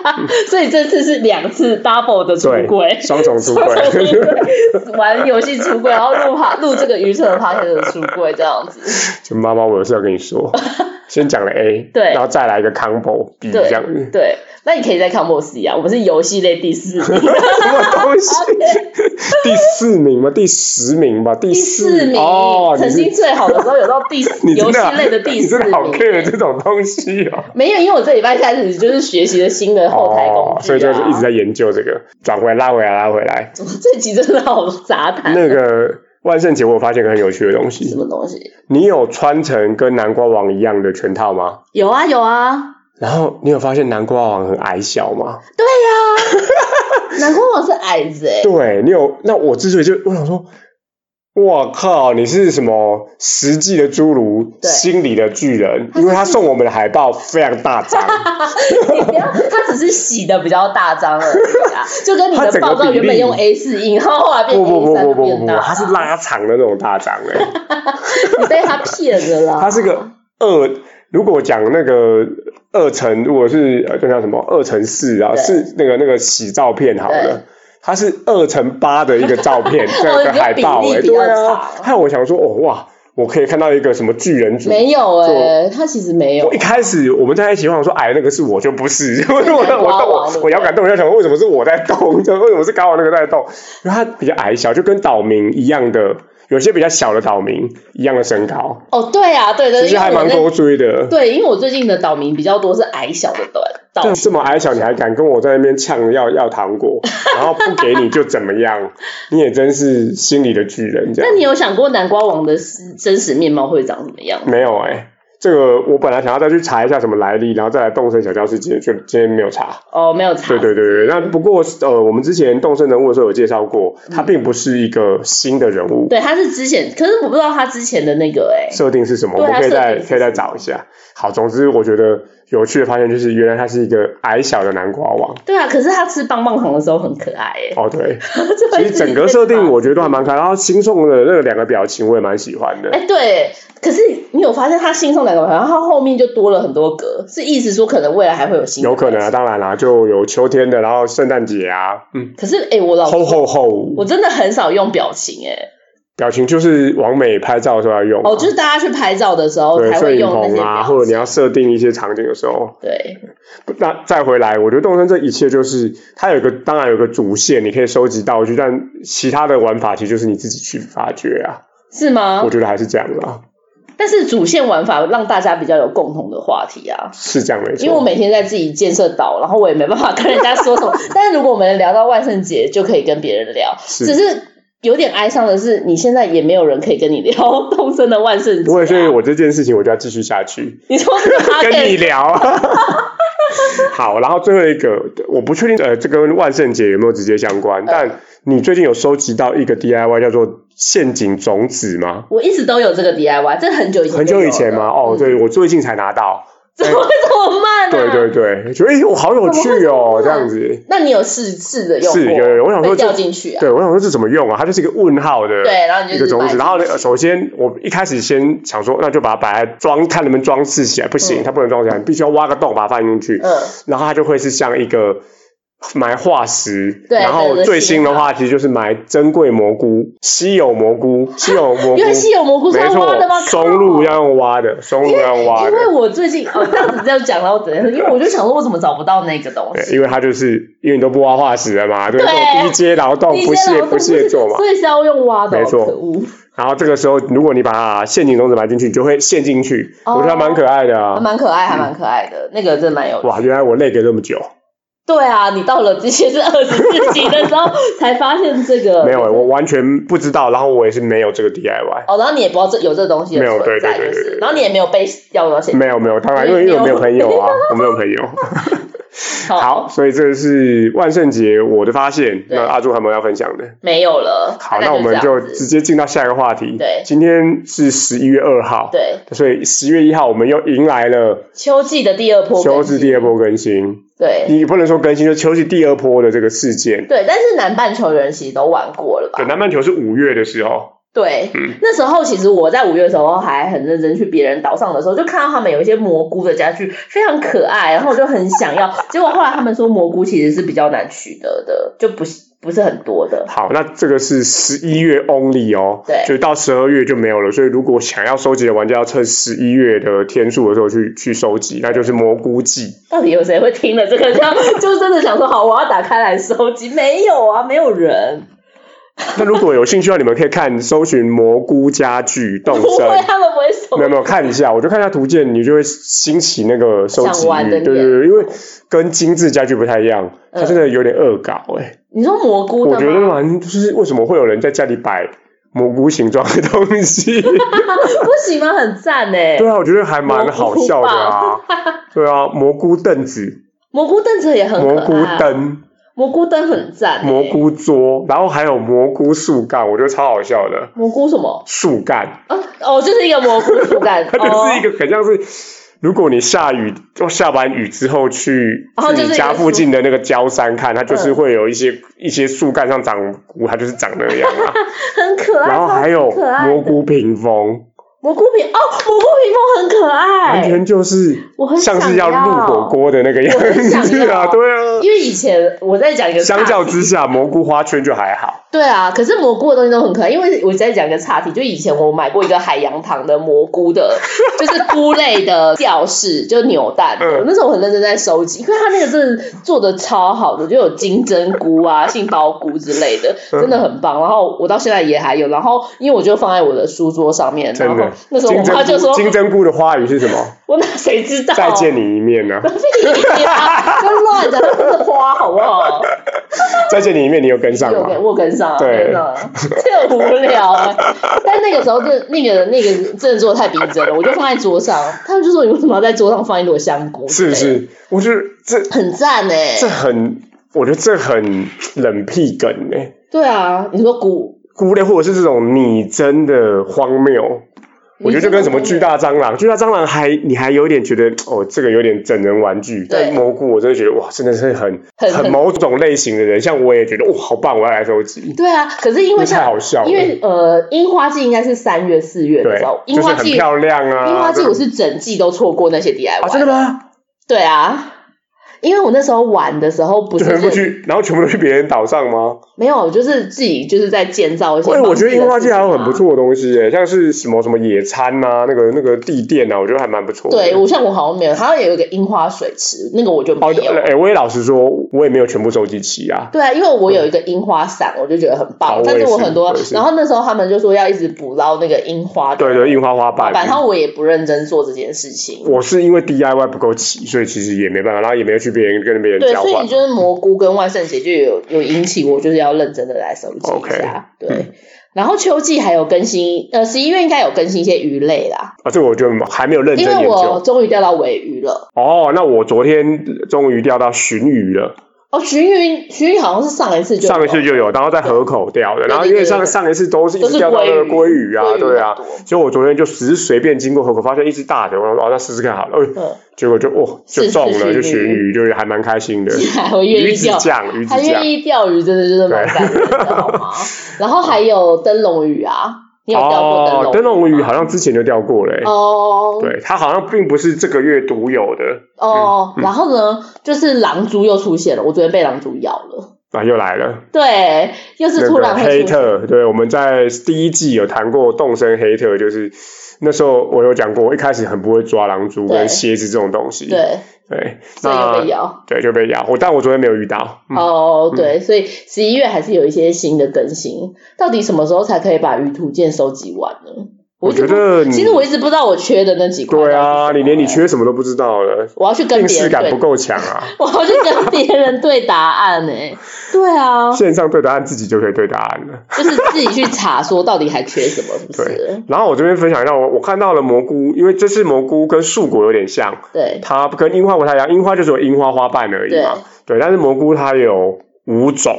B: 所以这次是两次 double 的出
A: 嗯对
B: 轨，，
A: 双重出
B: 双重出
A: 轨，
B: 轨玩游戏出轨，然后录哈录这个愚蠢的 p o d 的出轨这样子。
A: 就妈妈，我有事要跟你 说，先讲了 A，
B: 对
A: 然后再来一个 combo B
B: 对
A: 这样子，
B: 对，那你可以再看 boss 啊，我们是游戏类第四 名，
A: 什么东西？第四名吗？第十名吧？第
B: 第
A: 四
B: 四名，
A: 哦，你
B: 曾
A: 是
B: 经最好的时候有到第 四
A: 你
B: 游
A: 真
B: 戏
A: 的啊
B: 类的第四
A: 你真的好
B: 名。
A: care 这种东西哦。
B: 没有，因为我这礼拜开始就是学习了新的后台工具、啊
A: 哦，所以就是一直在研究这个，转回来拉回来拉回来。
B: 这集真的好杂谈。
A: 那个万圣节我有发现一个很有趣的东
B: 什
A: 西，
B: 么东西？
A: 你有穿成跟南瓜王一样的全套吗？
B: 有啊有啊，
A: 然后你有发现南瓜王很矮小吗？
B: 南瓜王是矮子 哎、
A: 对你有，那我之所以就我想说，我靠，你是什么实际的侏儒，
B: 对
A: 心里的巨人，因为他送我们的海报非常大张，
B: 你不要，他只是洗的比较大张而已 啊，就跟你
A: 他
B: 的
A: 整个
B: 报告
A: 比
B: 原本
A: 例
B: 用 A 四印，然后后来变
A: 不不
B: A
A: 不
B: 三
A: 不
B: 就
A: 不
B: 变
A: 不不，
B: 大，
A: 他是拉长的那种大张哎、欸
B: 你被他骗了啦。
A: 他是个二，如果讲那个二乘，如果是呃，就叫什么二乘四啊，
B: 对
A: 是那个那个洗照片好
B: 对
A: 了。它是二乘八的一个照 片，这
B: 哦
A: 个
B: 你说
A: 海报
B: 比例
A: 哎、欸，
B: 比较
A: 对啊
B: 长，
A: 害我想说哦哇，我可以看到一个什么巨人族，
B: 没有哎、
A: 做
B: 他其实没有
A: 我一开始我们在一起，我想说，哎，那个是我就不是， 因为我我
B: 南瓜王
A: 我
B: 对不对
A: 我摇杆动，我在想为什么是我在动，就为什么是刚好那个在动？因为它比较矮小，就跟岛民一样的，有些比较小的岛民一样的身高，
B: 哦，对啊，对对
A: 其
B: 对，
A: 实
B: 因
A: 还
B: 为我
A: 蛮
B: 那
A: 勾追的。
B: 对，因为我最近的岛民比较多是矮小的岛岛
A: 但
B: 民，
A: 这么矮小，你还敢跟我在那边呛要要糖果，然后不给你就怎么样？你也真是心里的巨人，这
B: 那
A: 样
B: 你有想过南瓜王的真实面貌会长什么样吗？
A: 没有哎、这个我本来想要再去查一下什么来历，然后再来动身小教室，今天就今天没有查。
B: 哦，没有查。
A: 对对对对，那不过呃，我们之前动身人物的时候有介绍过，他并不是一个新的人物，
B: 嗯对，他是之前，可是我不知道他之前的那个哎、
A: 设定是什么？
B: 对
A: 我们
B: 啊
A: 可以再
B: 设定是
A: 可以再找一下。好，总之我觉得有趣的发现就是，原来他是一个矮小的南瓜王。
B: 对啊，可是他吃棒棒糖的时候很可爱哎、
A: 哦，对，
B: 就会
A: 其实
B: 自己
A: 整个
B: 在
A: 设定
B: 打
A: 我觉得都还蛮可爱，然后新送的那两个表情我也蛮喜欢的。
B: 哎、对，可是你有发现他新送两个牌，然后后面就多了很多格，是意思说可能未来还会有新的
A: 有可能啊，
B: 牌子。
A: 当然啦、就有秋天的，然后圣诞节啊，嗯，
B: 可是哎、我老
A: 吼吼吼，
B: 我真的很少用表情哎、
A: 表情就是往美拍照的时候要用啊、
B: 哦，就是大家去拍照的时候
A: 对
B: 才
A: 摄
B: 会
A: 影
B: 用那些
A: 棚啊，或
B: 表
A: 者你
B: 情。
A: 要设定一些场景的时候，
B: 对，
A: 那再回来，我觉得动森这一切就是它有一个，当然有一个主线，你可以收集道具，但其他的玩法其实就是你自己去发掘啊。
B: 是吗
A: 我？觉得还是这样啦，
B: 但是主线玩法让大家比较有共同的话题啊。
A: 是这样没错。
B: 因为我每天在自己建设岛，然后我也没办法跟人家说 什么。但是如果我们聊到万圣节，就可以跟别人聊。
A: 是
B: 只是有点哀伤的是，你现在也没有人可以跟你聊 东森的万圣节、啊
A: 不会，所以我这件事情我就要继续下去，
B: 你说 这个 p
A: 跟
B: o
A: 你聊。 好，然后最后一个，我不确定呃，这跟万圣节有没有直接相关，但你最近有收集到一个 DIY 叫做陷阱种子吗？
B: 我一直都有这个 DIY，这很久以前，
A: 很久以前吗？哦，，对，我最近才拿到。
B: 怎么会这么慢啊呢、
A: 对对。对，觉得哎，我好有
B: 怎么会
A: 趣
B: 这么
A: 哦，
B: 慢
A: 这样子。
B: 那你有试试着用过？
A: 是有有我想说
B: 被掉
A: 这
B: 进去啊。
A: 对，我想说这怎么用啊？它就是一个问号的
B: 对然后
A: 一
B: 你就
A: 个
B: 是
A: 种
B: 摆
A: 子。
B: 进
A: 然后呢，呃
B: 去
A: 首先我一开始先想说，那就把它摆在装，看能不能装饰起来。不行，
B: 嗯
A: 它不能装起来，你必须要挖个洞把它放进去，
B: 嗯，
A: 然后它就会是像一个。埋化石，
B: 对
A: 然
B: 对
A: 后
B: 对
A: 最新的
B: 新的
A: 话题就是埋珍贵蘑菇、稀有蘑菇、稀有蘑菇，
B: 原来啊稀有蘑菇是
A: 没
B: 要
A: 错
B: 挖的吗？，靠
A: 松露要用挖的，松露要用挖
B: 因为
A: 的，
B: 我最近哦，这样子这样讲，然后怎样？因为我就想说，我怎么找不到那个东
A: 对
B: 西？，
A: 因为它就是因为你都不挖化石了嘛，对，
B: 对
A: 这种低阶劳动
B: 你
A: 不
B: 先
A: 屑
B: 劳动
A: 不屑做嘛，
B: 所以是要用挖的哦，
A: 没错
B: 可恶，
A: 然后这个时候，如果你把陷阱种子埋进去，你就会陷进去。
B: 哦
A: 我觉得还蛮可爱的
B: 还
A: 啊！嗯
B: 蛮可爱，还蛮可爱的，那个真的蛮有趣。
A: 哇，原来我累个这么久，
B: 对啊，你到了这些是二十四集的时 候才发现这个，
A: 没有、我完全不知道，然后我也是没有这个 DIY，、
B: 哦，然后你也不知道这有这东西的
A: 没有
B: 存在，
A: 对对对对
B: 就
A: 嗯
B: 是
A: 对，
B: 然后你也没有被要到现在。
A: 没有没有，当然因
B: 没有
A: 为因为我没有朋友啊，我没有朋友。
B: 哦
A: 好，所以这是万圣节我的发现。
B: 对
A: 那阿朱还有没有要分享的？
B: 没有了。
A: 好，
B: 大概
A: 那我们
B: 这
A: 就
B: 样子
A: 直接进到下一个话题。
B: 对
A: 今天是十一月二号，
B: 对
A: 所以十月一号我们又迎来了
B: 秋季的第二波
A: 秋
B: 更
A: 季
B: 新，
A: 第二波更新，
B: 对
A: 你不能说更新，就秋季第二波的这个事件。
B: 对，但是南半球的人其实都玩过了吧？
A: 对，南半球是五月的时候，
B: 对，
A: 嗯
B: 那时候其实我在五月的时候还很认真去别人岛上的时候，就看到他们有一些蘑菇的家具非常可爱，然后我就很想要。结果后来他们说蘑菇其实是比较难取得的，就不是不是很多的。
A: 好，那这个是十一月 only 哦，
B: 对
A: 就到十二月就没有了。所以如果想要收集的玩家，要趁十一月的天数的时候去去收集，那就是蘑菇季。
B: 到底有谁会听了这个？ 就就真的想说好，我要打开来收集。没有啊，没有人。 啊
A: 那如果有兴趣的话，你们可以看搜寻蘑菇家具动
B: 不
A: 身
B: 会，。他们不会收
A: 没。有没有，看一下，我就看一下图鉴，你就会兴起那个收集
B: 想玩
A: 欲。
B: 的
A: 对对
B: 念
A: 对，因为跟精致家具不太一样，它
B: 嗯
A: 真的有点恶搞哎、
B: 你说蘑菇
A: 我
B: 的
A: 觉得
B: 吗？
A: 蛮就是为什么会有人在家里摆蘑菇形状的东 西。
B: 不行吗？很赞欸呢、
A: 对啊，我觉得还蛮好笑的啊。对啊，蘑菇凳子、
B: 蘑菇凳子也很可
A: 蘑
B: 爱
A: 菇，灯、
B: 蘑菇灯很赞、欸。
A: 蘑菇桌，然后还有蘑菇树干，我觉得超好笑的。
B: 蘑菇什么？
A: 树干，
B: 啊，哦，就是一个蘑菇树干，
A: 它就是一
B: 哦，
A: 个很像是。如果你下雨，就下完雨之后去、
B: 哦就是
A: 去
B: 一
A: 你
B: 个
A: 家
B: 树
A: 附近的那个礁山看，它就是
B: 嗯
A: 会有一些、一些树干上长菇，它就是长那样 啊。
B: 很可爱。
A: 然后还有
B: 超级可爱的
A: 蘑菇屏风，
B: 蘑菇屏哦，蘑菇屏风很可
A: 完
B: 爱。
A: 全就是
B: 哎我很想
A: 像是入火锅的那个样
B: 我很想
A: 子啊，
B: 要
A: 对啊。
B: 因为以前我在讲一个岔
A: 相较
B: 题
A: 之下，蘑菇花圈就还好，
B: 对啊，可是蘑菇的东西都很可爱，因为我在讲一个岔题，就以前我买过一个海洋堂的蘑菇 的，就是菇类的吊饰，就是扭蛋的。
A: 嗯
B: 那时候我很认真在收集，因为它那个真的做的超好的，就有金针菇啊、杏鲍菇之类的，
A: 嗯
B: 真的很棒。然后我到现在也还有，然后因为我就放在我的书桌上面，然
A: 真
B: 后
A: 的。
B: 哦那时候我
A: 金针
B: 妈
A: 菇
B: 就说哦
A: 金针菇的花语是 什么？：“
B: 我哪谁知道？”
A: 再 见你一面呢、
B: 你啊，不要乱讲，那是花好不好？
A: 再见你一面，你有跟上
B: 有跟
A: 吗？
B: 我跟上啊，
A: 对
B: 跟上啊，这很无聊哎、但那个时候真的那个那个真的做的太逼真了，我就放在桌上，他们就说你为什么要在桌上放一朵香菇？
A: 是不？是？我觉得这
B: 很赞哎、
A: 这很，我觉得这很冷僻梗哎、
B: 对啊，你说菇，
A: 菇类或者是这种拟真的荒谬，我觉得就跟什么巨大蟑螂，巨大蟑螂还你还有点觉得哦，这个有点整人玩具，
B: 对
A: 但蘑菇我真的觉得哇，真的是很
B: 很很
A: 某种类型的人，像我也觉得哇，好棒，我要来收集，
B: 对啊，可是因为
A: 太
B: 像
A: 好笑了，
B: 因为呃樱花季应该是三月四月的
A: 对
B: 时候，，樱
A: 就是
B: 花
A: 很
B: 季、
A: 漂亮啊，
B: 樱花季
A: 这
B: 我是整季都错过那些 DIY，、
A: 啊，真的吗？
B: 对啊。因为我那时候玩的时候不
A: 就是全部
B: 认
A: 去，然后全部都去别人岛上吗？
B: 没有，就是自己就是在建造一些
A: 哎，
B: 房子的事情啊。
A: 我觉得樱花季还有很不错的东西耶，像是什么什么野餐啊，那个那个地垫啊，我觉得还蛮不错的。
B: 对，我像我好像没有，好像也有一个樱花水池，那个我就没
A: 哦，
B: 有。
A: 哎、我也老实说，我也没有全部收集齐啊。
B: 对啊，因为我有一个樱花伞，我就觉得很
A: 好
B: 棒。
A: 我
B: 但
A: 也
B: 我
A: 是
B: 很多
A: 我也，是
B: 然后那时候他们就说要一直捕捞那个樱花的
A: 对对，樱花花
B: 花
A: 瓣。
B: 瓣，然后我也不认真做这件事情。
A: 我是因为 DIY 不够齐，所以其实也没办法，然后也没有去别人跟别人
B: 对，
A: 交
B: 所以
A: 换
B: 你。就是蘑菇跟万圣节就有有引起我就是要认真的来收集一
A: OK，嗯
B: 下。对，然后秋季还有更新，呃，十一月应该有更新一些鱼类啦，
A: 啊，这个我就还没有认真
B: 因
A: 研
B: 为我
A: 究。
B: 终于钓到尾鱼了。
A: 哦，那我昨天终于钓到鲟鱼了，
B: 哦，鲟鱼，鲟鱼好像是上一次就
A: 上一次
B: 有
A: 就有，然后在河口钓的，
B: 对
A: 然后因为上上一次都是一
B: 都
A: 直
B: 是
A: 钓到那个
B: 鲑
A: 鲑鱼啊，
B: 鲑鱼
A: 对啊
B: 很多，
A: 所以我昨天就只是随便经过河口，发现一只大的，我说哦，那试试看好了，
B: 嗯
A: 哎，结果就哦就是中了，
B: 是
A: 就
B: 鲟
A: 鲟
B: 鱼
A: 鱼，就是还蛮开心 的。
B: 还会愿
A: 鱼
B: 意
A: 子
B: 钓。
A: 酱，鱼子
B: 他
A: 酱
B: 愿。意钓鱼，真的就是蛮感人的，好吗？然后还有灯笼鱼啊，你有钓过灯笼
A: 哦
B: 吗？，
A: 灯笼鱼好像之前就钓过嘞、欸
B: 哦，
A: 对，它好像并不是这个月独有的
B: 哦，
A: 嗯
B: 然后呢，就是狼蛛又出现了，我昨天被狼蛛咬了，
A: 啊，又来了，
B: 对，又是
A: 那
B: 突
A: 个
B: 然会
A: 黑
B: 出现。
A: 特，对，我们在第一季有谈过动身黑特，就是那时候我有讲过，我一开始很不会抓狼蛛
B: 对
A: 跟蝎子这种东西，
B: 对，
A: 对，
B: 所以又
A: 那
B: 被咬。
A: 对就被咬，我但我昨天没有遇到，嗯，
B: 哦，对，所以十一月还是有一些新的更新。到底什么时候才可以把鱼图鉴收集完呢？
A: 我
B: 一
A: 觉
B: 直不
A: 得你
B: 其实我一直不知道我缺的那几块。
A: 对啊，你连你，缺什么都不知道了，
B: 我要去跟
A: 定
B: 别
A: 视
B: 人
A: 感不
B: 对，
A: 够强啊，
B: 我要去跟别人对答案呢、 对啊，
A: 线上对答案自己就可以对答案了。
B: 就是自己去查说到底还缺什么，是不是？
A: 然后我这边分享一下，我我看到了蘑菇，因为这次蘑菇跟树果有点像，
B: 对
A: 它跟樱花不太一样，樱花就是有樱花花瓣而已嘛。对，但是蘑菇它有五种：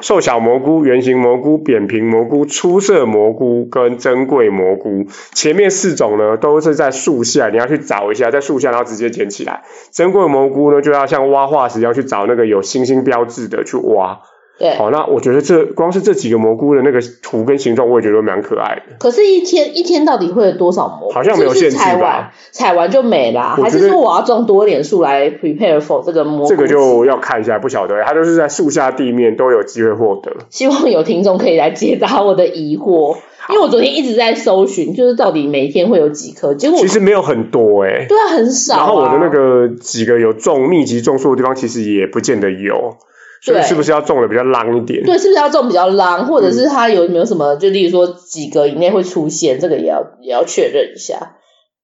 A: 瘦小蘑菇、圆形蘑菇、扁平蘑菇、出色蘑菇跟珍贵蘑菇。前面四种呢都是在树下，你要去找一下，在树下然后直接捡起来。珍贵蘑菇呢就要像挖化石一样去找那个有星星标志的去挖。
B: 对。
A: 好，那我觉得这光是这几个蘑菇的那个图跟形状，我也觉得蛮可爱的。
B: 可是，一天一天到底会有多少蘑菇？
A: 好像没有
B: 是不
A: 限
B: 是
A: 制
B: 采
A: 吧
B: 完采完就没啦，
A: 我觉得
B: 还是说我要种多一点树来 prepare for 这个蘑菇？
A: 这个就要看一下，不晓得，它欸就是在树下地面都有机会获得。
B: 希望有听众可以来解答我的疑惑，因为我昨天一直在搜寻，就是到底每天会有几颗，结果
A: 其实没有很多哎、
B: 对啊，很少、啊。
A: 然后我的那个几个有种密集种树的地方，其实也不见得有，所以
B: 对
A: 是不是要种的比较浪一点？
B: 对，是不是要种比较浪，或者
A: 嗯
B: 是它有没有什么，就例如说几个以内会出现，这个也要也要确认一下。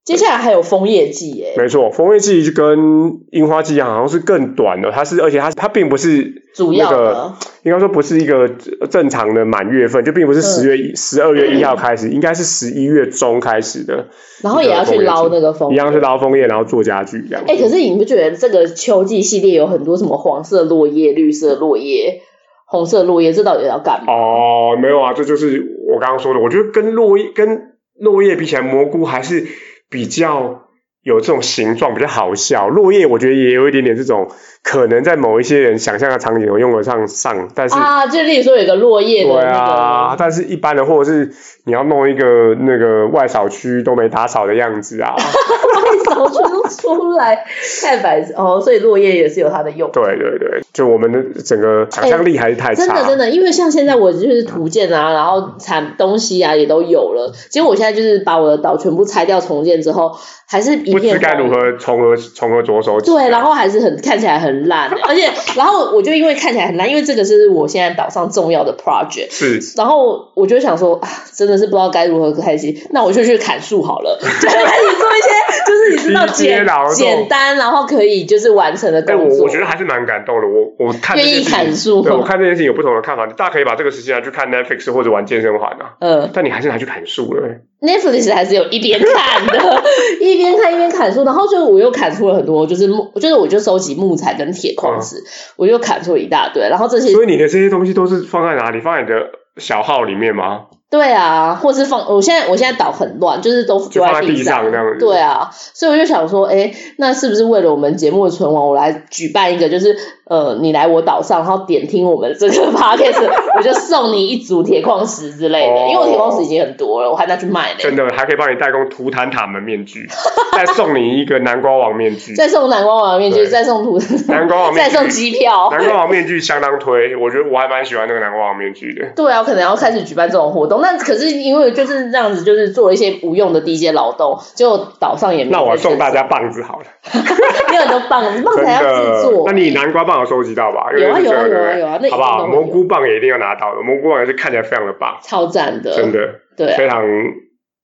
B: 接下来还有枫叶季耶、
A: 没错，枫叶季就跟樱花季一样，好像是更短的，它是而且它它并不是
B: 主要的
A: 应该说不是一个正常的满月份，就并不是
B: 嗯
A: 十月十二、12月一号开始，应该是十一月中开始的，
B: 然后也要去捞那个枫
A: 一
B: 叶。
A: 样是捞枫叶，然后做家具这样。
B: 哎、可是你不觉得这个秋季系列有很多什么黄色落叶、绿色落叶、红色落叶，这到底要干嘛？
A: 哦，没有啊，这就是我刚刚说的。我觉得跟落叶跟落叶比起来，蘑菇还是比较有这种形状，比较好笑。落叶我觉得也有一点点这种，可能在某一些人想象的场景有用得上上，但是、
B: 啊，就例如说有个落叶的
A: 对
B: 那个，
A: 啊，但是一般的或者是你要弄一个那个外扫区都没打扫的样子 啊，
B: 太少出出来，太白痴哦，所以落叶也是有它的用。
A: 对对对，就我们的整个想象力还是太差。嗯
B: 真的真的，因为像现在我就是图鉴啊，然后产东西啊也都有了。结果我现在就是把我的岛全部拆掉重建之后，还是一
A: 不知
B: 片
A: 该
B: 荒
A: 如何从何从何着手起。啊
B: 对，然后还是很看起来很烂，而且然后我就因为看起来很烂，因为这个是我现在岛上重要的 project，
A: 是
B: 然后我就想说啊，真的是不知道该如何开心，那我就去砍树好了， 就开始做一些就是你知道
A: 低阶
B: 简
A: 劳动
B: 简单，然后可以就是完成的
A: 哎，
B: 工
A: 我
B: 作
A: 我觉。得还是蛮感动的。我我看这
B: 愿意
A: 件事
B: 砍
A: 情，
B: 树
A: 对，我看这件事情有不同的看法。大家可以把这个时间拿去看 Netflix 或者玩健身环啊，
B: 呃
A: 但你还是拿去砍树了、欸。
B: ，Netflix 还是有一边 看的，一边看一边砍树，然后就我又砍出了很多，就是木，就是我就收集木材跟铁矿石，我就砍出了一大堆，然后这些
A: 嗯所以你的这些东西都是放在哪里？放在你的小号里面吗？
B: 对啊，或是放，我现在我现在岛很乱，就是都
A: 就
B: 丢
A: 放在
B: 地
A: 地上这样子
B: 对啊，所以我就想说，哎，那是不是为了我们节目的存亡，我来举办一个，就是呃，你来我岛上，然后点听我们这个 podcast，我就送你一组铁矿石之类的，
A: 哦
B: 因为我铁矿石已经很多了，我还拿去卖
A: 真
B: 嘞。
A: 的还可以帮你代工图坦塔门面具， 再送你一个南瓜王面 具。
B: 再送南瓜王面具，
A: 嗯对
B: 再送图，
A: 南瓜王面
B: 再
A: 具
B: 送机票。
A: 南瓜王面具相当推，我觉得我还蛮喜欢那个南瓜王面具 的。
B: 对啊，我可能要开始举办这种活动，但可是因为就是这样子，就是做了一些无用的低阶劳动，结果岛上也没有
A: 那我
B: 人
A: 送大
B: 生
A: 家棒子好了，
B: 没有很多棒，棒
A: 真
B: 才要制
A: 的
B: 作。。
A: 那你南瓜棒有收集到吧？
B: 有啊
A: 因为是这个
B: 有
A: 对不
B: 啊有啊
A: 对
B: 有啊那一定
A: 好不好？
B: 都有
A: 蘑菇棒也一定要拿到的，蘑菇棒也是看起来非常的棒，
B: 超赞的，
A: 真的。
B: 对哦啊，
A: 非常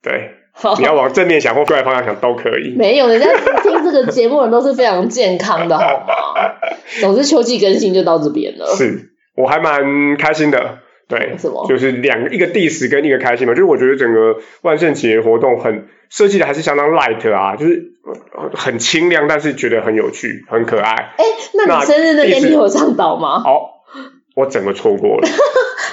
A: 对。
B: 好
A: 你要往正面想或坏方向想都可以。
B: 没有人家听这个节目的人都是非常健康的，好吗？总之秋季更新就到这边了，
A: 是，我还蛮开心的。对，
B: 嗯什么
A: 就是两个，一个 diss 跟一个开心嘛。就是我觉得整个万圣节活动很设计的还是相当 light 啊，就是呃很清亮，但是觉得很有趣，很可爱。
B: 哎，那
A: 那
B: 你生日那天
A: 意思
B: 你有上 岛吗？
A: 哦，我整个错过 了。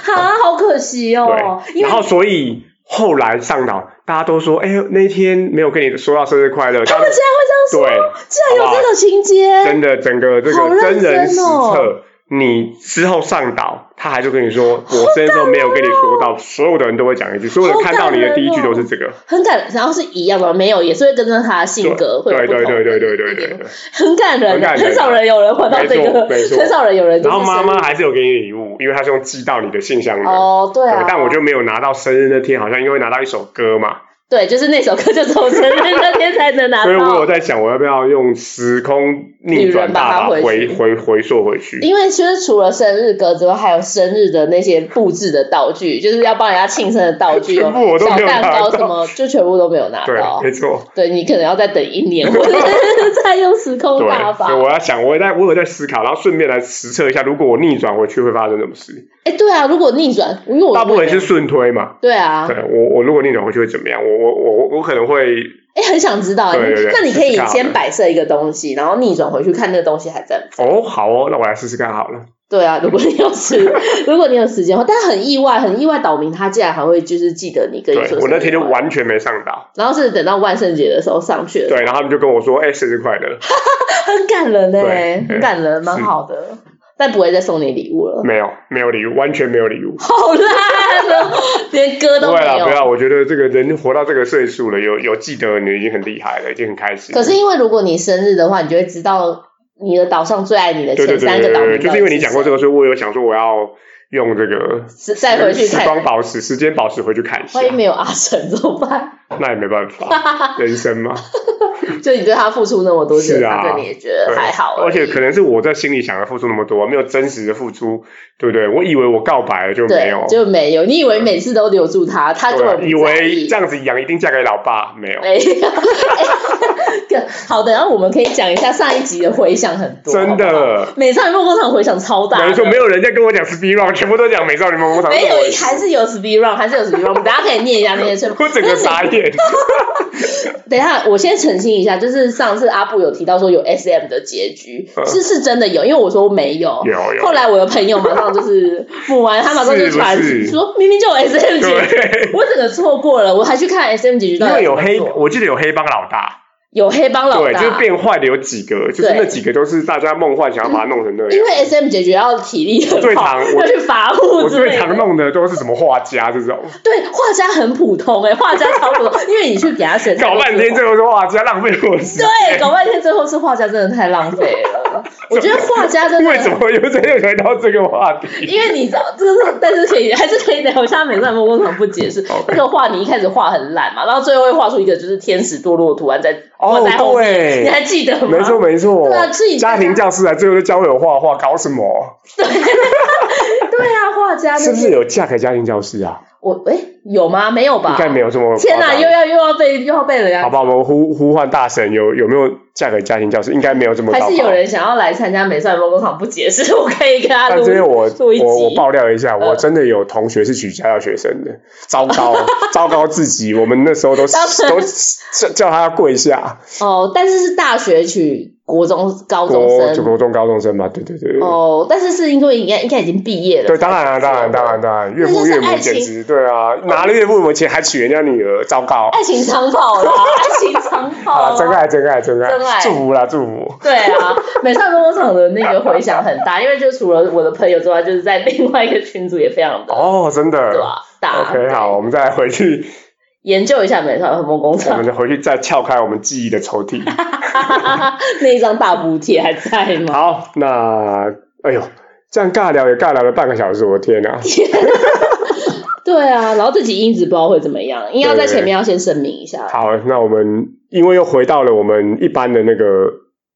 B: 哈，好可惜哦，
A: 对，
B: 因为
A: 然后所以后来上岛，大家都说，哎、那天没有跟你说到生日快乐。
B: 他们竟然会这样说，
A: 对，
B: 竟然有
A: 好不好
B: 这个情节，
A: 真的整个这
B: 哎好
A: 个
B: 认
A: 真人
B: 真
A: 实
B: 哦
A: 测，你之后上岛，他还是跟你说，我生日时候没有跟你
B: 哦
A: 说到，所有的人都会讲一句，所有人
B: 好
A: 看到你
B: 感
A: 的第一
B: 人
A: 句
B: 哦
A: 都是这个，
B: 很感，然后是一样的，没有，也是会跟着他的性格会有
A: 对
B: 不
A: 对
B: 同，
A: 对对对对对对。
B: 很感人，啊
A: 很感人啊
B: 很少人有人玩到这个，
A: 没错没错
B: 很少人有人就
A: 然
B: 是
A: 后妈
B: 生
A: 妈
B: 日
A: 还是有给你礼物，因为她是用寄到你的信箱的。
B: 哦，对
A: 对
B: 啊，，
A: 但我就没有拿到生日那天，好像因为拿到一首歌嘛，
B: 对，就是那首歌就只有生日那天才能拿
A: 所以我有
B: 到。
A: 在想，我要不要用时空逆转大法
B: 女人把它回
A: 回
B: 去
A: 回回溯回去？
B: 因为其实除了生日歌之外，还有生日的那些布置的道具，就是要帮人家庆生的道具，
A: 全部我都
B: 小
A: 没有
B: 蛋
A: 拿
B: 糕
A: 到
B: 什么，就全部都没有拿
A: 对
B: 到，。
A: 没错。
B: 对你可能要再等一 年，或者是 再用时空大
A: 对，
B: 法
A: 所以。我要想，我也在我有在思考，然后顺便来实测一下，如果我逆转回去会发生什么事。
B: 哎，对啊，如果逆转，因为我
A: 大部分是顺推嘛，
B: 对啊，
A: 对我我如果逆转回去会怎么样？我我我我可能会
B: 哎，很想知道。
A: 对对对
B: 那你可以
A: 试试看好
B: 先
A: 了
B: 摆设一个东西，然后逆转回去看那个东西还在不在。
A: 哦好哦，那我来试试看好了。
B: 对啊，如果你有时，如果你有时间的话，但很意外，很意外，岛民他竟然还会就是记得你跟
A: 对
B: 你说。
A: 我那天就，完全没上岛，
B: 然后是等到万圣节的时候上去了，
A: 对，然后他们就跟我说，哎、生日快乐，
B: 很感人哎、
A: 对
B: 很感人，蛮好的，但不会再送你礼物了，
A: 没有没有礼物，完全没有礼物。
B: 好烂哦，连歌
A: 不
B: 都
A: 会
B: 没
A: 啦，不
B: 有。
A: 要，我觉得这个人活到这个岁数了，有有记得你已经很厉害了，已经很开心了。
B: 可是因为如果你生日的话，你就会知道你的岛上最爱你的
A: 对对
B: 前
A: 对
B: 三
A: 对
B: 个岛
A: 对，
B: 民。
A: 就是因为你讲过这，个，所以我有想说我要用这个
B: 再回去
A: 时光
B: 看，
A: 宝石、时间宝石回去看一下。
B: 万一没有阿成怎么办？
A: 那也没办 法，人生嘛。
B: 就你对他付出那么多，
A: 是啊
B: 他对你也觉得还好
A: 而
B: 已，
A: 且可能是我在心里想的付出那么多，没有真实的付出，对不对？我以为我告白了就没
B: 对
A: 有，，
B: 就没有。你以为每次都留住他，他根
A: 对啊
B: 本不
A: 以
B: 在
A: 为
B: 意
A: 这样子养一定嫁给老爸，没有，
B: 没有。哎 好的，然后我们可以讲一下上一集的回响很多，
A: 真
B: 好不好。
A: 的。
B: 美少女梦工厂回响超大
A: 等于
B: 的，
A: 说没有人在跟我讲 speed run，全部都讲美少女梦工厂。
B: 没
A: 是我
B: 有，还是有 speed run，还是有 speed run。我们等一下可以念一下 那些顺
A: 我整个傻眼。
B: 等一下，我先澄清一下，就是上次阿布有提到说有 S M 的结局，
A: 嗯
B: 是是真的有，因为我说没有。
A: 有有
B: 后来我的朋友马上就是补完，他马上
A: 是
B: 就
A: 不
B: 传
A: 是
B: 说明明就有 S M 结局，
A: 对，
B: 我整个错过了，我还去看 S M 结局 到
A: 因
B: 底
A: 为
B: 要
A: 有
B: 怎么
A: 黑，
B: 做
A: 我记得有黑帮老大，
B: 有黑帮老
A: 对，
B: 大，
A: 就是变坏的有几个，就是
B: 对
A: 那几个都是大家梦幻想要把它弄成那
B: 因
A: 样。
B: 为 S M 解决要体力很
A: 最
B: 好，
A: 常我
B: 要去伐
A: 我
B: 木之
A: 最
B: 类
A: 常
B: 的。
A: 弄的都是什么画家这种，
B: 对，画家很普通哎、画家 超普通，因为你去给他选，
A: 搞半天最后是画家，浪费我时间。
B: 对，搞半天最后是画家，真的太浪费了。我觉得画家 真的
A: 为什么又再又回到这个话题？
B: 因为你知道，这个是，但是可以，还是可以聊一下美少女梦工厂不解释
A: OK
B: 那个画，你一开始画很烂嘛，然后最后会画出一个就是天使堕落图案在
A: 哦
B: 在后面，
A: 对
B: 你还记得吗？
A: 没错没错
B: 对啊自己，
A: 家庭教师啊，最后就教我画画，搞什么？
B: 对啊，画家、就是
A: 不是有嫁给家庭教师啊？
B: 我哎、有吗？没有吧？
A: 应该没有这么夸张。
B: 啊天哪，又要又要被又要被人家
A: 好吧，我们呼呼唤大神，有有没有嫁给家庭教师？应该没有这么
B: 还
A: 糟
B: 是
A: 糕
B: 有人想要来参加美少女梦工厂不解释，我可以跟他
A: 但
B: 录
A: 这边我
B: 录一集。
A: 我我爆料一下，
B: 呃
A: 我真的有同学是举家要学生的，糟 糕糟糕自己，我们那时候都
B: 当时
A: 都叫叫他跪下，
B: 哦，但是是大学取国中、高中
A: 国就
B: 生
A: 国中高中生嘛，对对对对。
B: 哦，但是是因为应该应该已经毕业了。
A: 对，当然啊，当然，当然，。当然，岳父
B: 就是
A: 岳母
B: 爱
A: 简
B: 情
A: 直对啊，拿了岳父母钱还娶人家女儿，糟糕！
B: 爱情长 跑啦，爱情长跑
A: 啊，
B: 啦。
A: 真爱，真爱，真
B: 真
A: 爱，
B: 爱
A: 祝福啦，祝 福！
B: 对啊，美少女梦工厂的那个回响很大，因为就除了我的朋友之外，就是在另外一个群组也非常的
A: 哦，真
B: 对
A: 的。
B: 吧大。
A: OK，好，我们再回去，
B: 研究一下美少女梦工
A: 我
B: 厂
A: 们再回去再撬开我们记忆的抽屉。
B: 那一张大补贴还在 吗？
A: 好，那哎呦，这样尬聊也尬聊了半个小时，我的 天啊！
B: 对啊，然后这集音质不知道会怎么样，应该要在前面要先声明一下。
A: 好，那我们因为又回到了我们一般的那个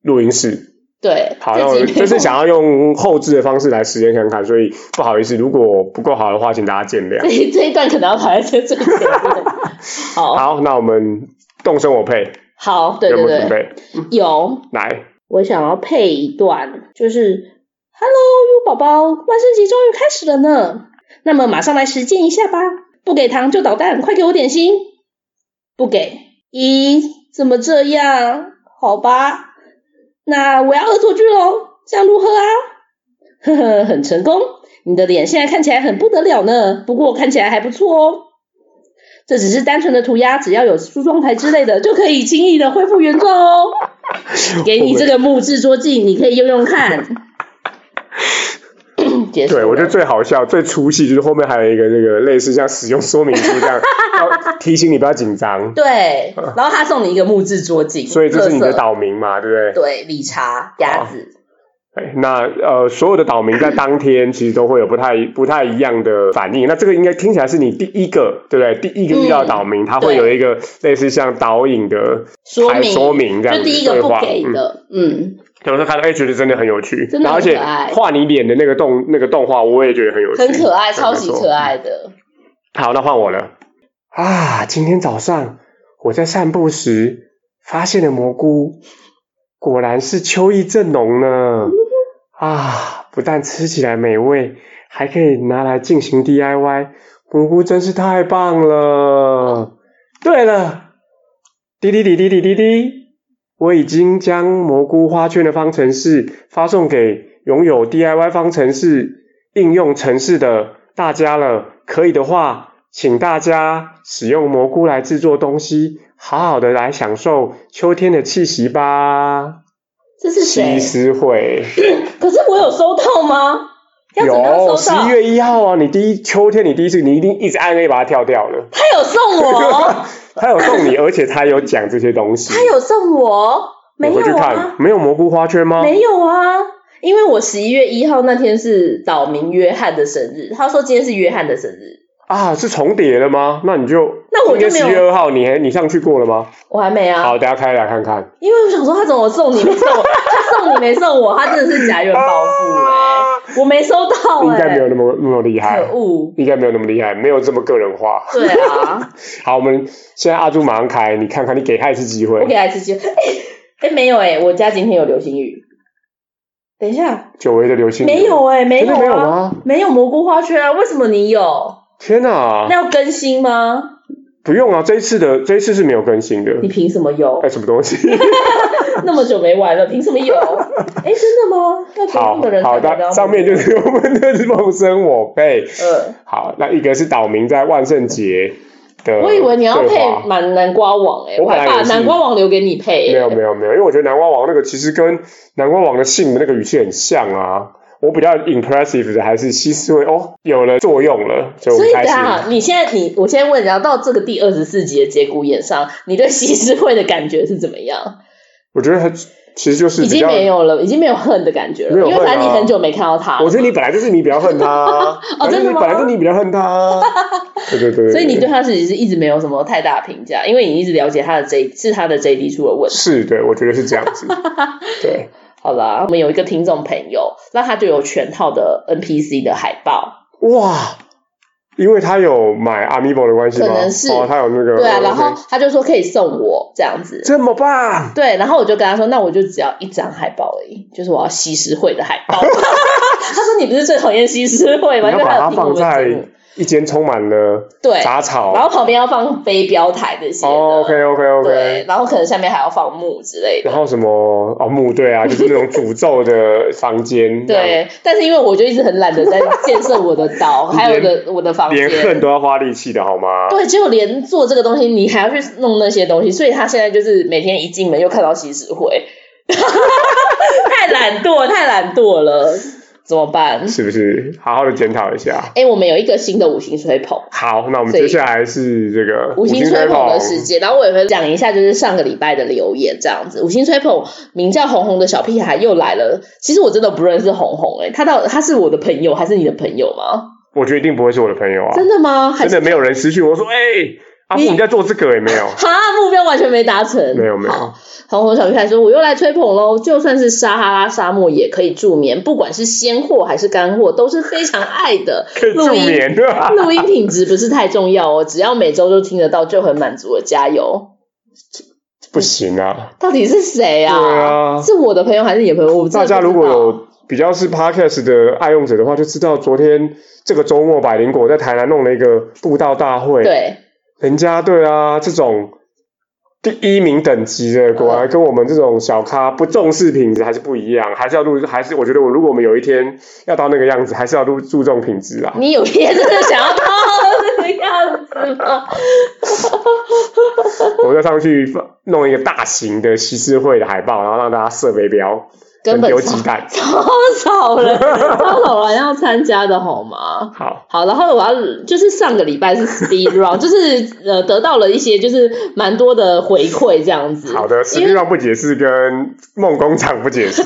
A: 录音室，
B: 对，
A: 好，那
B: 这
A: 我
B: 集
A: 们
B: 没有
A: 就是想要用后置的方式来实验看看，所以不好意思，如果不够好的话，请大家见 谅
B: 这。一这一段可能要排在最 前面。好
A: 好，那我们动身我配，
B: 好，对
A: 有没
B: 对
A: 有准
B: 对，
A: 备？
B: 有，
A: 来，
B: 我想要配一段，就是 “Hello，U 宝宝，万圣节终于开始了呢。”那么马上来实践一下吧，不给糖就捣蛋，快给我点心！不给，咦，怎么这样？好吧，那我要恶作剧喽，这样如何啊？呵呵，很成功，你的脸现在看起来很不得了呢，不过看起来还不错哦。这只是单纯的涂鸦，只要有梳妆台之类的，就可以轻易的恢复原状哦。 给你这个木质桌镜，你可以用用看。 结束了。
A: 对我觉得最好笑、最出戏就是后面还有一个那个类似像使用说明书这 样，要提醒你不要紧张。
B: 对，然后他送你一个木质桌镜，
A: 所以这是你的
B: 特色
A: 岛民嘛，对不对？
B: 对理查鸭子，
A: 哎那呃，所有的岛民在当天其实都会有不太不太一样的反应。那这个应该听起来是你第一个，对不对？第一个遇到的岛民，他会
B: 对
A: 有一个类似像导引的
B: 说
A: 还
B: 明
A: 说明这样
B: 就
A: 子
B: 第一个
A: 对
B: 不
A: 话
B: 给的，嗯，
A: 有时候看到哎，觉得真的很有趣，
B: 真的
A: 然后而
B: 很可
A: 且
B: 爱
A: 画你脸的那个动那个动画，我也觉得很有趣，
B: 嗯很可爱，
A: 对
B: 超级
A: 没错
B: 可爱的。
A: 好，那换我了。啊，今天早上我在散步时发现了蘑菇，果然是秋意正浓呢。啊，不但吃起来美味，还可以拿来进行 DIY，蘑菇真是太棒了。对了，滴滴滴滴滴滴滴，我已经将蘑菇花圈的方程式发送给拥有 DIY 方程式应用程式的大家了。可以的话，请大家使用蘑菇来制作东西，好好的来享受秋天的气息吧。
B: 这是
A: 西？
B: 谁
A: 施惠
B: 可是我有收到吗？要怎么
A: 有
B: 样
A: 十
B: 收到
A: 一？月一号啊，你第一秋天，你第一次，你一定一直按 A 把它跳掉了。
B: 他有 送我，
A: 他有送你，而且他有讲这些东西。
B: 他有送我，没
A: 你回去
B: 有
A: 看哦
B: 啊，，
A: 没有蘑菇花圈吗？
B: 没有啊。因为我十一月一号那天是岛民约翰的生日，他说今天是约翰的生日，
A: 啊，是重叠的吗？那你就
B: 那我就没
A: 十
B: 有
A: 月二号，你还你上去过了吗？
B: 我还没啊，
A: 好，大家开来看看。
B: 因为我想说他怎么送 你没送我，他送你没送我，他真的是假元宝富哎，我没收到
A: 啊应
B: 哎、
A: 该没有那么那么厉害，
B: 可恶，
A: 应该没有那么厉害，没有这么个人化。
B: 对 啊，
A: 好，我们现在阿朱马上开，你看看，你给他一次机
B: 我给
A: 会，
B: 他吃鸡，哎、哎、没有哎、我家今天有流星雨，等一下
A: 久违的流星雨
B: 没有哎、没
A: 真
B: 有
A: 的没有
B: 啊，
A: 吗？
B: 没有蘑菇花圈啊，为什么你有？
A: 天哪
B: 那，要更新吗？
A: 不用啊，这一次的这一次是没有更新的。
B: 你凭什么有？
A: 哎，什么东西？
B: 那么久没玩了，凭什 么有？哎，真的吗？要多
A: 好
B: 数的人
A: 好
B: 才玩得
A: 的，
B: 到
A: 上面就是我们的梦生我辈。
B: 呃，
A: 好，那一个是岛民在万圣节呃的对话，
B: 我以为你要配满南瓜网哎、
A: 我
B: 我还
A: 本来
B: 把
A: 也是
B: 南瓜网留给你配、
A: 没有没有没有，因为我觉得南瓜王那个其实跟南瓜王的姓的那个语气很像啊。我比较 impressive 的还是西斯威哦，有了作用了，所以我
B: 所
A: 们
B: 以
A: 开始。
B: 等一下，你现在你我现在问，然后到这个第二十四集的节骨眼上，你对西施会的感觉是怎么样？
A: 我觉得他其实就是
B: 已
A: 比
B: 经
A: 较，
B: 没有了，已经没有恨的感觉了，
A: 没有
B: 因为
A: 恨
B: 反正你
A: 啊
B: 很久没看到他，
A: 我觉得你本来就是你比较恨他、啊，
B: 哦真的吗
A: 反正你本来就你比较恨他、 啊，对对对对
B: 所以你对他其实是一直没有什么太大评价，因为你一直了解他的 J 是他的 JD 出了问题。
A: 是对，我觉得是这样子， 对，
B: 好啦，我们有一个听众朋友，那他就有全套的 NPC 的海报，
A: 哇，因为他有买 Amiibo 的关系吗？
B: 可能是
A: 哦，他有那个
B: 对啊，
A: 哦
B: 然后
A: OK
B: 他就说可以送我这样子，
A: 这么棒，
B: 对，然后我就跟他说，那我就只要一张海报而已，就是我要西施会的海 报。他说你不是最讨厌西施会吗？
A: 你要
B: 因为
A: 把
B: 他有
A: 它
B: 听我
A: 放
B: 们的节目
A: 在一间充满了
B: 对，
A: 杂草，
B: 然后旁边要放飞镖台那些的、
A: 哦，OK OK
B: 对，
A: OK，
B: 然后可能下面还要放木之类的
A: 然。后什么哦墓对 啊，就是那种诅咒的房间，这样，
B: 对，但是因为我就一直很懒得在建设我的 岛，还有我的我的房间，
A: 连恨都要花力气的好吗？
B: 对，结果连做这个东西，你还要去弄那些东西，所以他现在就是每天一进门又看到西施会， 太懒惰，太懒惰了，怎么办？
A: 是不是？好好的检讨一下。
B: 哎，我们有一个新的五星吹捧，
A: 好，那我们
B: 所以
A: 接下来是这个
B: 五星吹
A: 吹
B: 捧的时间，然后我也会讲一下，就是上个礼拜的留言这样子。五星吹捧名叫红红的小屁孩又来了，其实我真的不认识红红、哎，他到他是我的朋友还是你的朋友吗？
A: 我觉得一定不会是我的朋友啊，
B: 真的吗？还
A: 真
B: 是
A: 的没有人私讯我说，哎、阿布
B: 你，
A: 你在做这个欸也没有
B: 哈目标完全没达成，
A: 没有没有
B: 好。红红小屁孩说：“我又来吹捧喽，就算是撒哈拉沙漠也可以助眠，不管是鲜货还是干货，都是非常爱的。
A: 可以助
B: 录音。
A: 眠的、啊
B: 录音 品质不是太重要哦，只要每周都听得到就很满足了。加油！
A: 不行啊！
B: 到底是谁啊？
A: 对啊
B: 是我的朋友还是你的朋友？我真
A: 大
B: 的
A: 家
B: 不知
A: 如果
B: 道
A: 有比较是 podcast 的爱用者的话，就知道昨天这个周末百灵果在台南弄了一个布道大会，，
B: 对
A: 人家对啊，这种第一名等级
B: 嗯
A: 的，果然跟我们这种小咖不重视品质还是不一样，还是要注，还是我觉得我如果我们有一天要到那个样子，还是要注注重品质啊。
B: 你有天真的想要到这个样子 吗？
A: 我再上去放弄一个大型的西施会的海报，然后让大家射飞镖，
B: 根本
A: 丢
B: 超
A: 鸡蛋。
B: 超少 人，超少人要参加的好吗？
A: 好，
B: 好，然后我要就是上个礼拜是 speed round，就是呃得到了一些就是蛮多的回馈这样子。
A: 好的，史
B: 因
A: 密
B: 为
A: 万不解释跟梦工厂不 解释。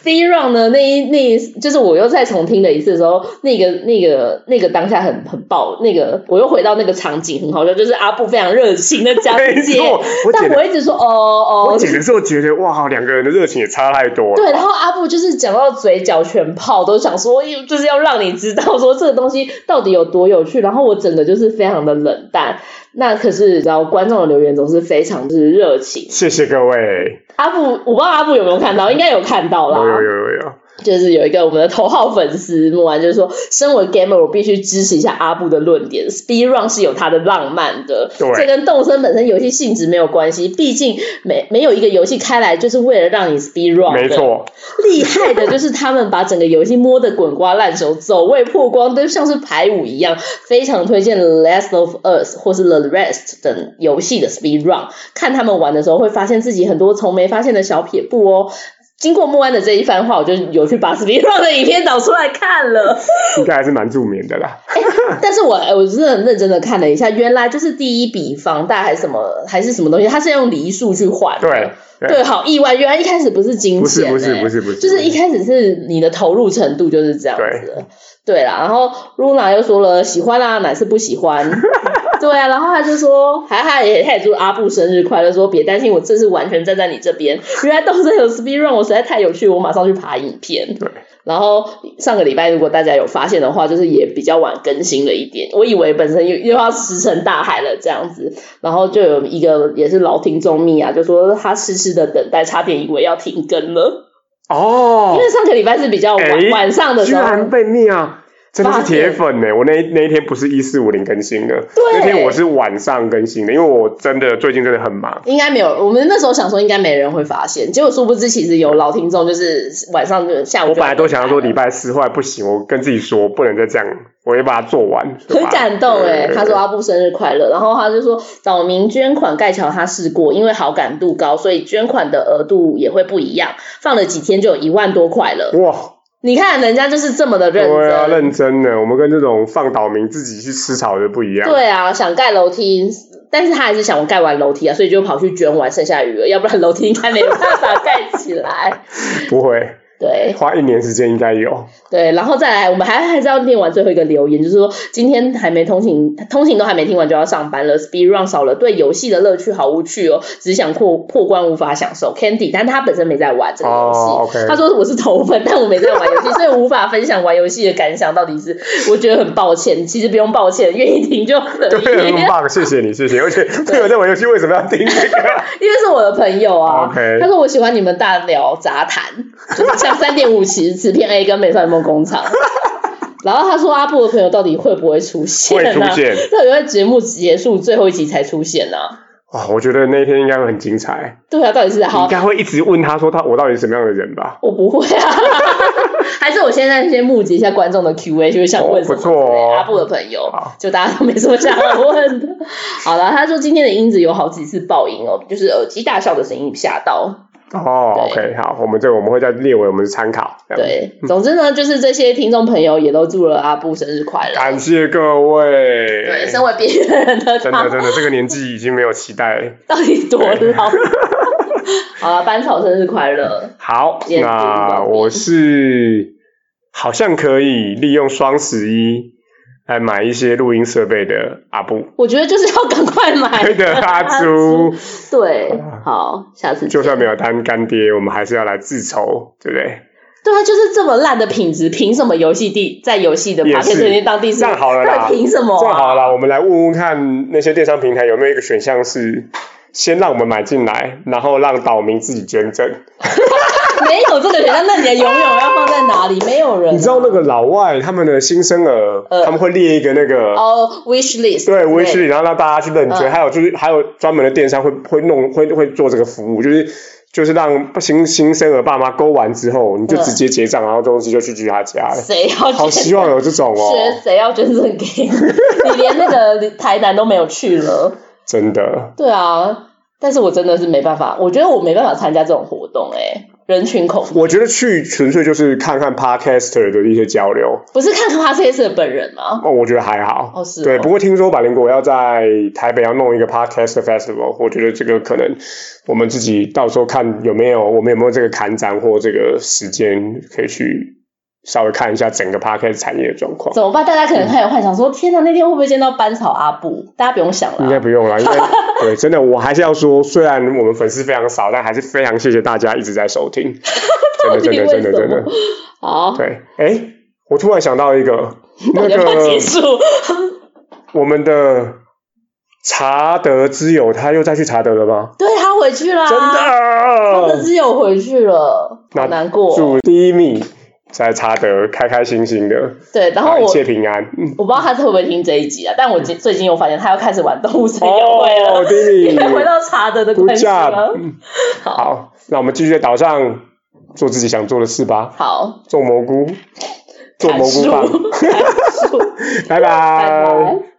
B: speed round 呢那一那一就是我又再重听了一次的时候，那个那个那个当下很很爆，那个我又回到那个场景，很好笑，就是阿布非常热情的讲
A: 没
B: 解
A: 错，我
B: 但
A: 姐
B: 我
A: 的，
B: 一直说哦哦
A: 我。姐的时候觉得哇，两个人的热情也差太多了。
B: 对，然后阿布就是讲到嘴角全泡，都想说，就是要让你知道说这个东西到底有多有趣。然后我整个就是非常的冷淡，那可是你知道观众的留言总是非常之热情。
A: 谢谢各位，
B: 阿布，我不知道阿布有没有看到，应该有看到
A: 有
B: 啦。
A: 有有有有，
B: 就是有一个我们的头号粉丝木完，就是说，身为 gamer，我必须支持一下阿布的论点，speed run 是有它的浪漫的，
A: 对
B: 这跟动森本身游戏性质没有关系，毕竟没没有一个游戏开来就是为了让你 speed run 的
A: 没错，
B: 厉害的就是他们把整个游戏摸得滚瓜烂熟，走位破光都像是排舞一样，非常推荐《Last of Us》或是《The Rest》等游戏的 Speed Run，看他们玩的时候会发现自己很多从没发现的小撇步哦。经过莫安的这一番话，我就有去把 s p i r o 的影片导出来看 了。
A: 应该还是蛮助眠的啦。
B: 但是我我真的很认真的看了一下，原来就是第一笔房贷还是什么还是什么东西，它是用梨数去换的。
A: 对，
B: 对，好意外，原来一开始不是金
A: 不是
B: 钱、欸，
A: 不是不是不是，
B: 就是一开始是你的投入程度就是这样子的，对啦。然后 Luna 又说了喜欢啦，哪是不喜欢？对啊，然后他就说，还还也他也祝阿布生日快乐，说别担心，我这次完全站在你这边。原来动身有 speed run，我实在太有趣，我马上去爬影片。
A: 对。
B: 然后上个礼拜如果大家有发现的话，就是也比较晚更新了一点，我以为本身又又要石沉大海了这样子，然后就有一个也是老听众蜜啊，就说他痴痴的等待，差点以为要停更了，
A: 哦，
B: 因为上个礼拜是比较晚、
A: 哎
B: 晚上的
A: 居
B: 时候。
A: 然被灭啊！真的是
B: 发现
A: 铁粉呢、欸我那一那一天不是一四五零更新的，
B: 对
A: 那天我是晚上更新的，因为我真的最近真的很忙。
B: 应该没有，我们那时候想说应该没人会发现，结果殊不知其实有老听众，就是晚上就下午就。
A: 我本来都想要说礼拜四，后来不行，我跟自己说不能再这样，我要把它做完。
B: 很感动哎、
A: 对
B: 他说阿布生日快乐，然后他就说岛民捐款盖桥他试过，因为好感度高，所以捐款的额度也会不一样，放了几天就有一万多块了。
A: 哇，
B: 你看人家就是这么的认真，
A: 嗯对啊，认真的，我们跟这种放岛民自己去吃草的不一样。
B: 对啊，想盖楼梯，但是他还是想盖完楼梯啊，所以就跑去捐完剩下的余额，要不然楼梯应该没有办法盖起来。
A: 不会
B: 对，
A: 花一年时间应该有。
B: 对，然后再来，我们还还是要念完最后一个留言，就是说今天还没通勤，通勤都还没听完就要上班了，Speed Run 少了对游戏的乐趣，好无趣哦，只想破破关无法享受 Candy，但他本身没在玩这个游戏。
A: 哦，OK，
B: 他说我是头粉，但我没在玩游戏，所以无法分享玩游戏的感想。到底是我觉得很抱歉，其实不用抱歉，愿意听就可以，
A: 对，哦很棒，谢谢你，谢 谢。而且朋友在玩游戏为什么要听这个？
B: 因为是我的朋友啊。
A: OK
B: 他说我喜欢你们大聊杂谈， 就是像三点五骑士片 A 跟美少女梦 工厂。然后他说阿布的朋友到底会不会出现啊
A: 会
B: 呢、
A: 出现
B: 到底会节目结束最后一集才出现呢、啊
A: 哇，啊我觉得那一天应该会很精彩。
B: 对啊，到底是
A: 你应
B: 好？
A: 该会一直问他说他我到底是什么样的人吧？
B: 我不会 啊，还是我现在先募集一下观众的 Q&A，就是想问什么、
A: 哦不错哦
B: 对阿布的朋友
A: 好，
B: 就大家都没什么想要问的。 好了，他说今天的音质有好几次爆音哦，就是耳机大笑的声音吓到，
A: 哦
B: 对
A: ，OK，好，我们这个我们会再列为我们的参考。这样，嗯
B: 对，总之呢，就是这些听众朋友也都祝了阿布生日快乐。
A: 感谢各位。
B: 对，身为边缘人的
A: 真
B: 他
A: 的，真的，这个年纪已经没有期待了。
B: 到底多老？ 好了，班草生日快乐！
A: 好，
B: 也
A: 那我是好像可以利用双十一来买一些录音设备的阿布，
B: 我觉得就是要赶快买。啊
A: 对的，阿朱。
B: 对，好，下次见
A: 就算没有当干爹，我们还是要来自筹，对不对？
B: 对啊，就是这么烂的品质，凭什么游戏第在游戏的
A: 也
B: p 片
A: 是
B: 曾经当第四
A: 这样
B: 名？
A: 好了啦，
B: 到底凭什么、
A: 这样好
B: 啊？
A: 了啦，我们来问问看那些电商平台有没有一个选项是先让我们买进来，然后让岛民自己捐赠。
B: 没有这个选项，那你的游泳要放在哪里？没有人啊、
A: 你知道那个老外他们的新生儿，
B: 呃
A: 他们会列一个那个。
B: 哦、wish list
A: 对，
B: 之类
A: 微
B: 的
A: 信，然后让大家去认捐，
B: 嗯
A: 还有就是还有专门的电商会会弄会会做这个服务，就是就是让新新生儿爸妈勾完之后，你就
B: 嗯
A: 直接结账，然后东西就去去他家了。
B: 谁要
A: 好
B: 捐
A: 希望有这种
B: 学
A: 哦，
B: 谁要捐赠给你？你连那个台南都没有去了。
A: 真的。
B: 对啊，但是我真的是没办法，我觉得我没办法参加这种活动、欸，人群恐怖，
A: 我觉得去纯粹就是看看 podcaster 的一些交流，
B: 不是看 c a s 的本人吗？
A: 哦，我觉得还好。
B: 哦是哦
A: 对，不过听说百灵果要在台北要弄一个 podcast festival，我觉得这个可能我们自己到时候看有没有我们有没有这个看展或这个时间可以去稍微看一下整个 podcast 产业的状况。
B: 怎么办？大家可能还有幻想说，天哪，那天会不会见到班草阿布？大家不用想
A: 应该
B: 了。
A: 不用 啦，因为对，真的，我还是要说，虽然我们粉丝非常少，但还是非常谢谢大家一直在收 听，真的，真的，真的，真的，
B: 好，
A: 对，哎，我突然想到一个，那
B: 那就 要
A: 个
B: 结束。
A: 我们的查德之友，他又再去查德了吗？
B: 对他回去啦，
A: 真
B: 他
A: 的
B: 这，只有回去了，好
A: 那
B: 难过哦。
A: 祝第一名在查德开开心心的，
B: 对，然后
A: 一
B: 我
A: 切平安。嗯
B: 我不知道他会不会听这一集啊，但我最最近又发现他要开始玩动物森友会了。
A: 哦，第一
B: 因为回
A: 名，
B: 到查德的
A: 估
B: 关系
A: 价
B: 了。。
A: 嗯好，那我们继续在岛上做自己想做的事吧，
B: 好，
A: 种蘑菇，做蘑菇
B: 砍
A: 棒，
B: 树，砍树，
A: 拜
B: 拜
A: 拜
B: 拜。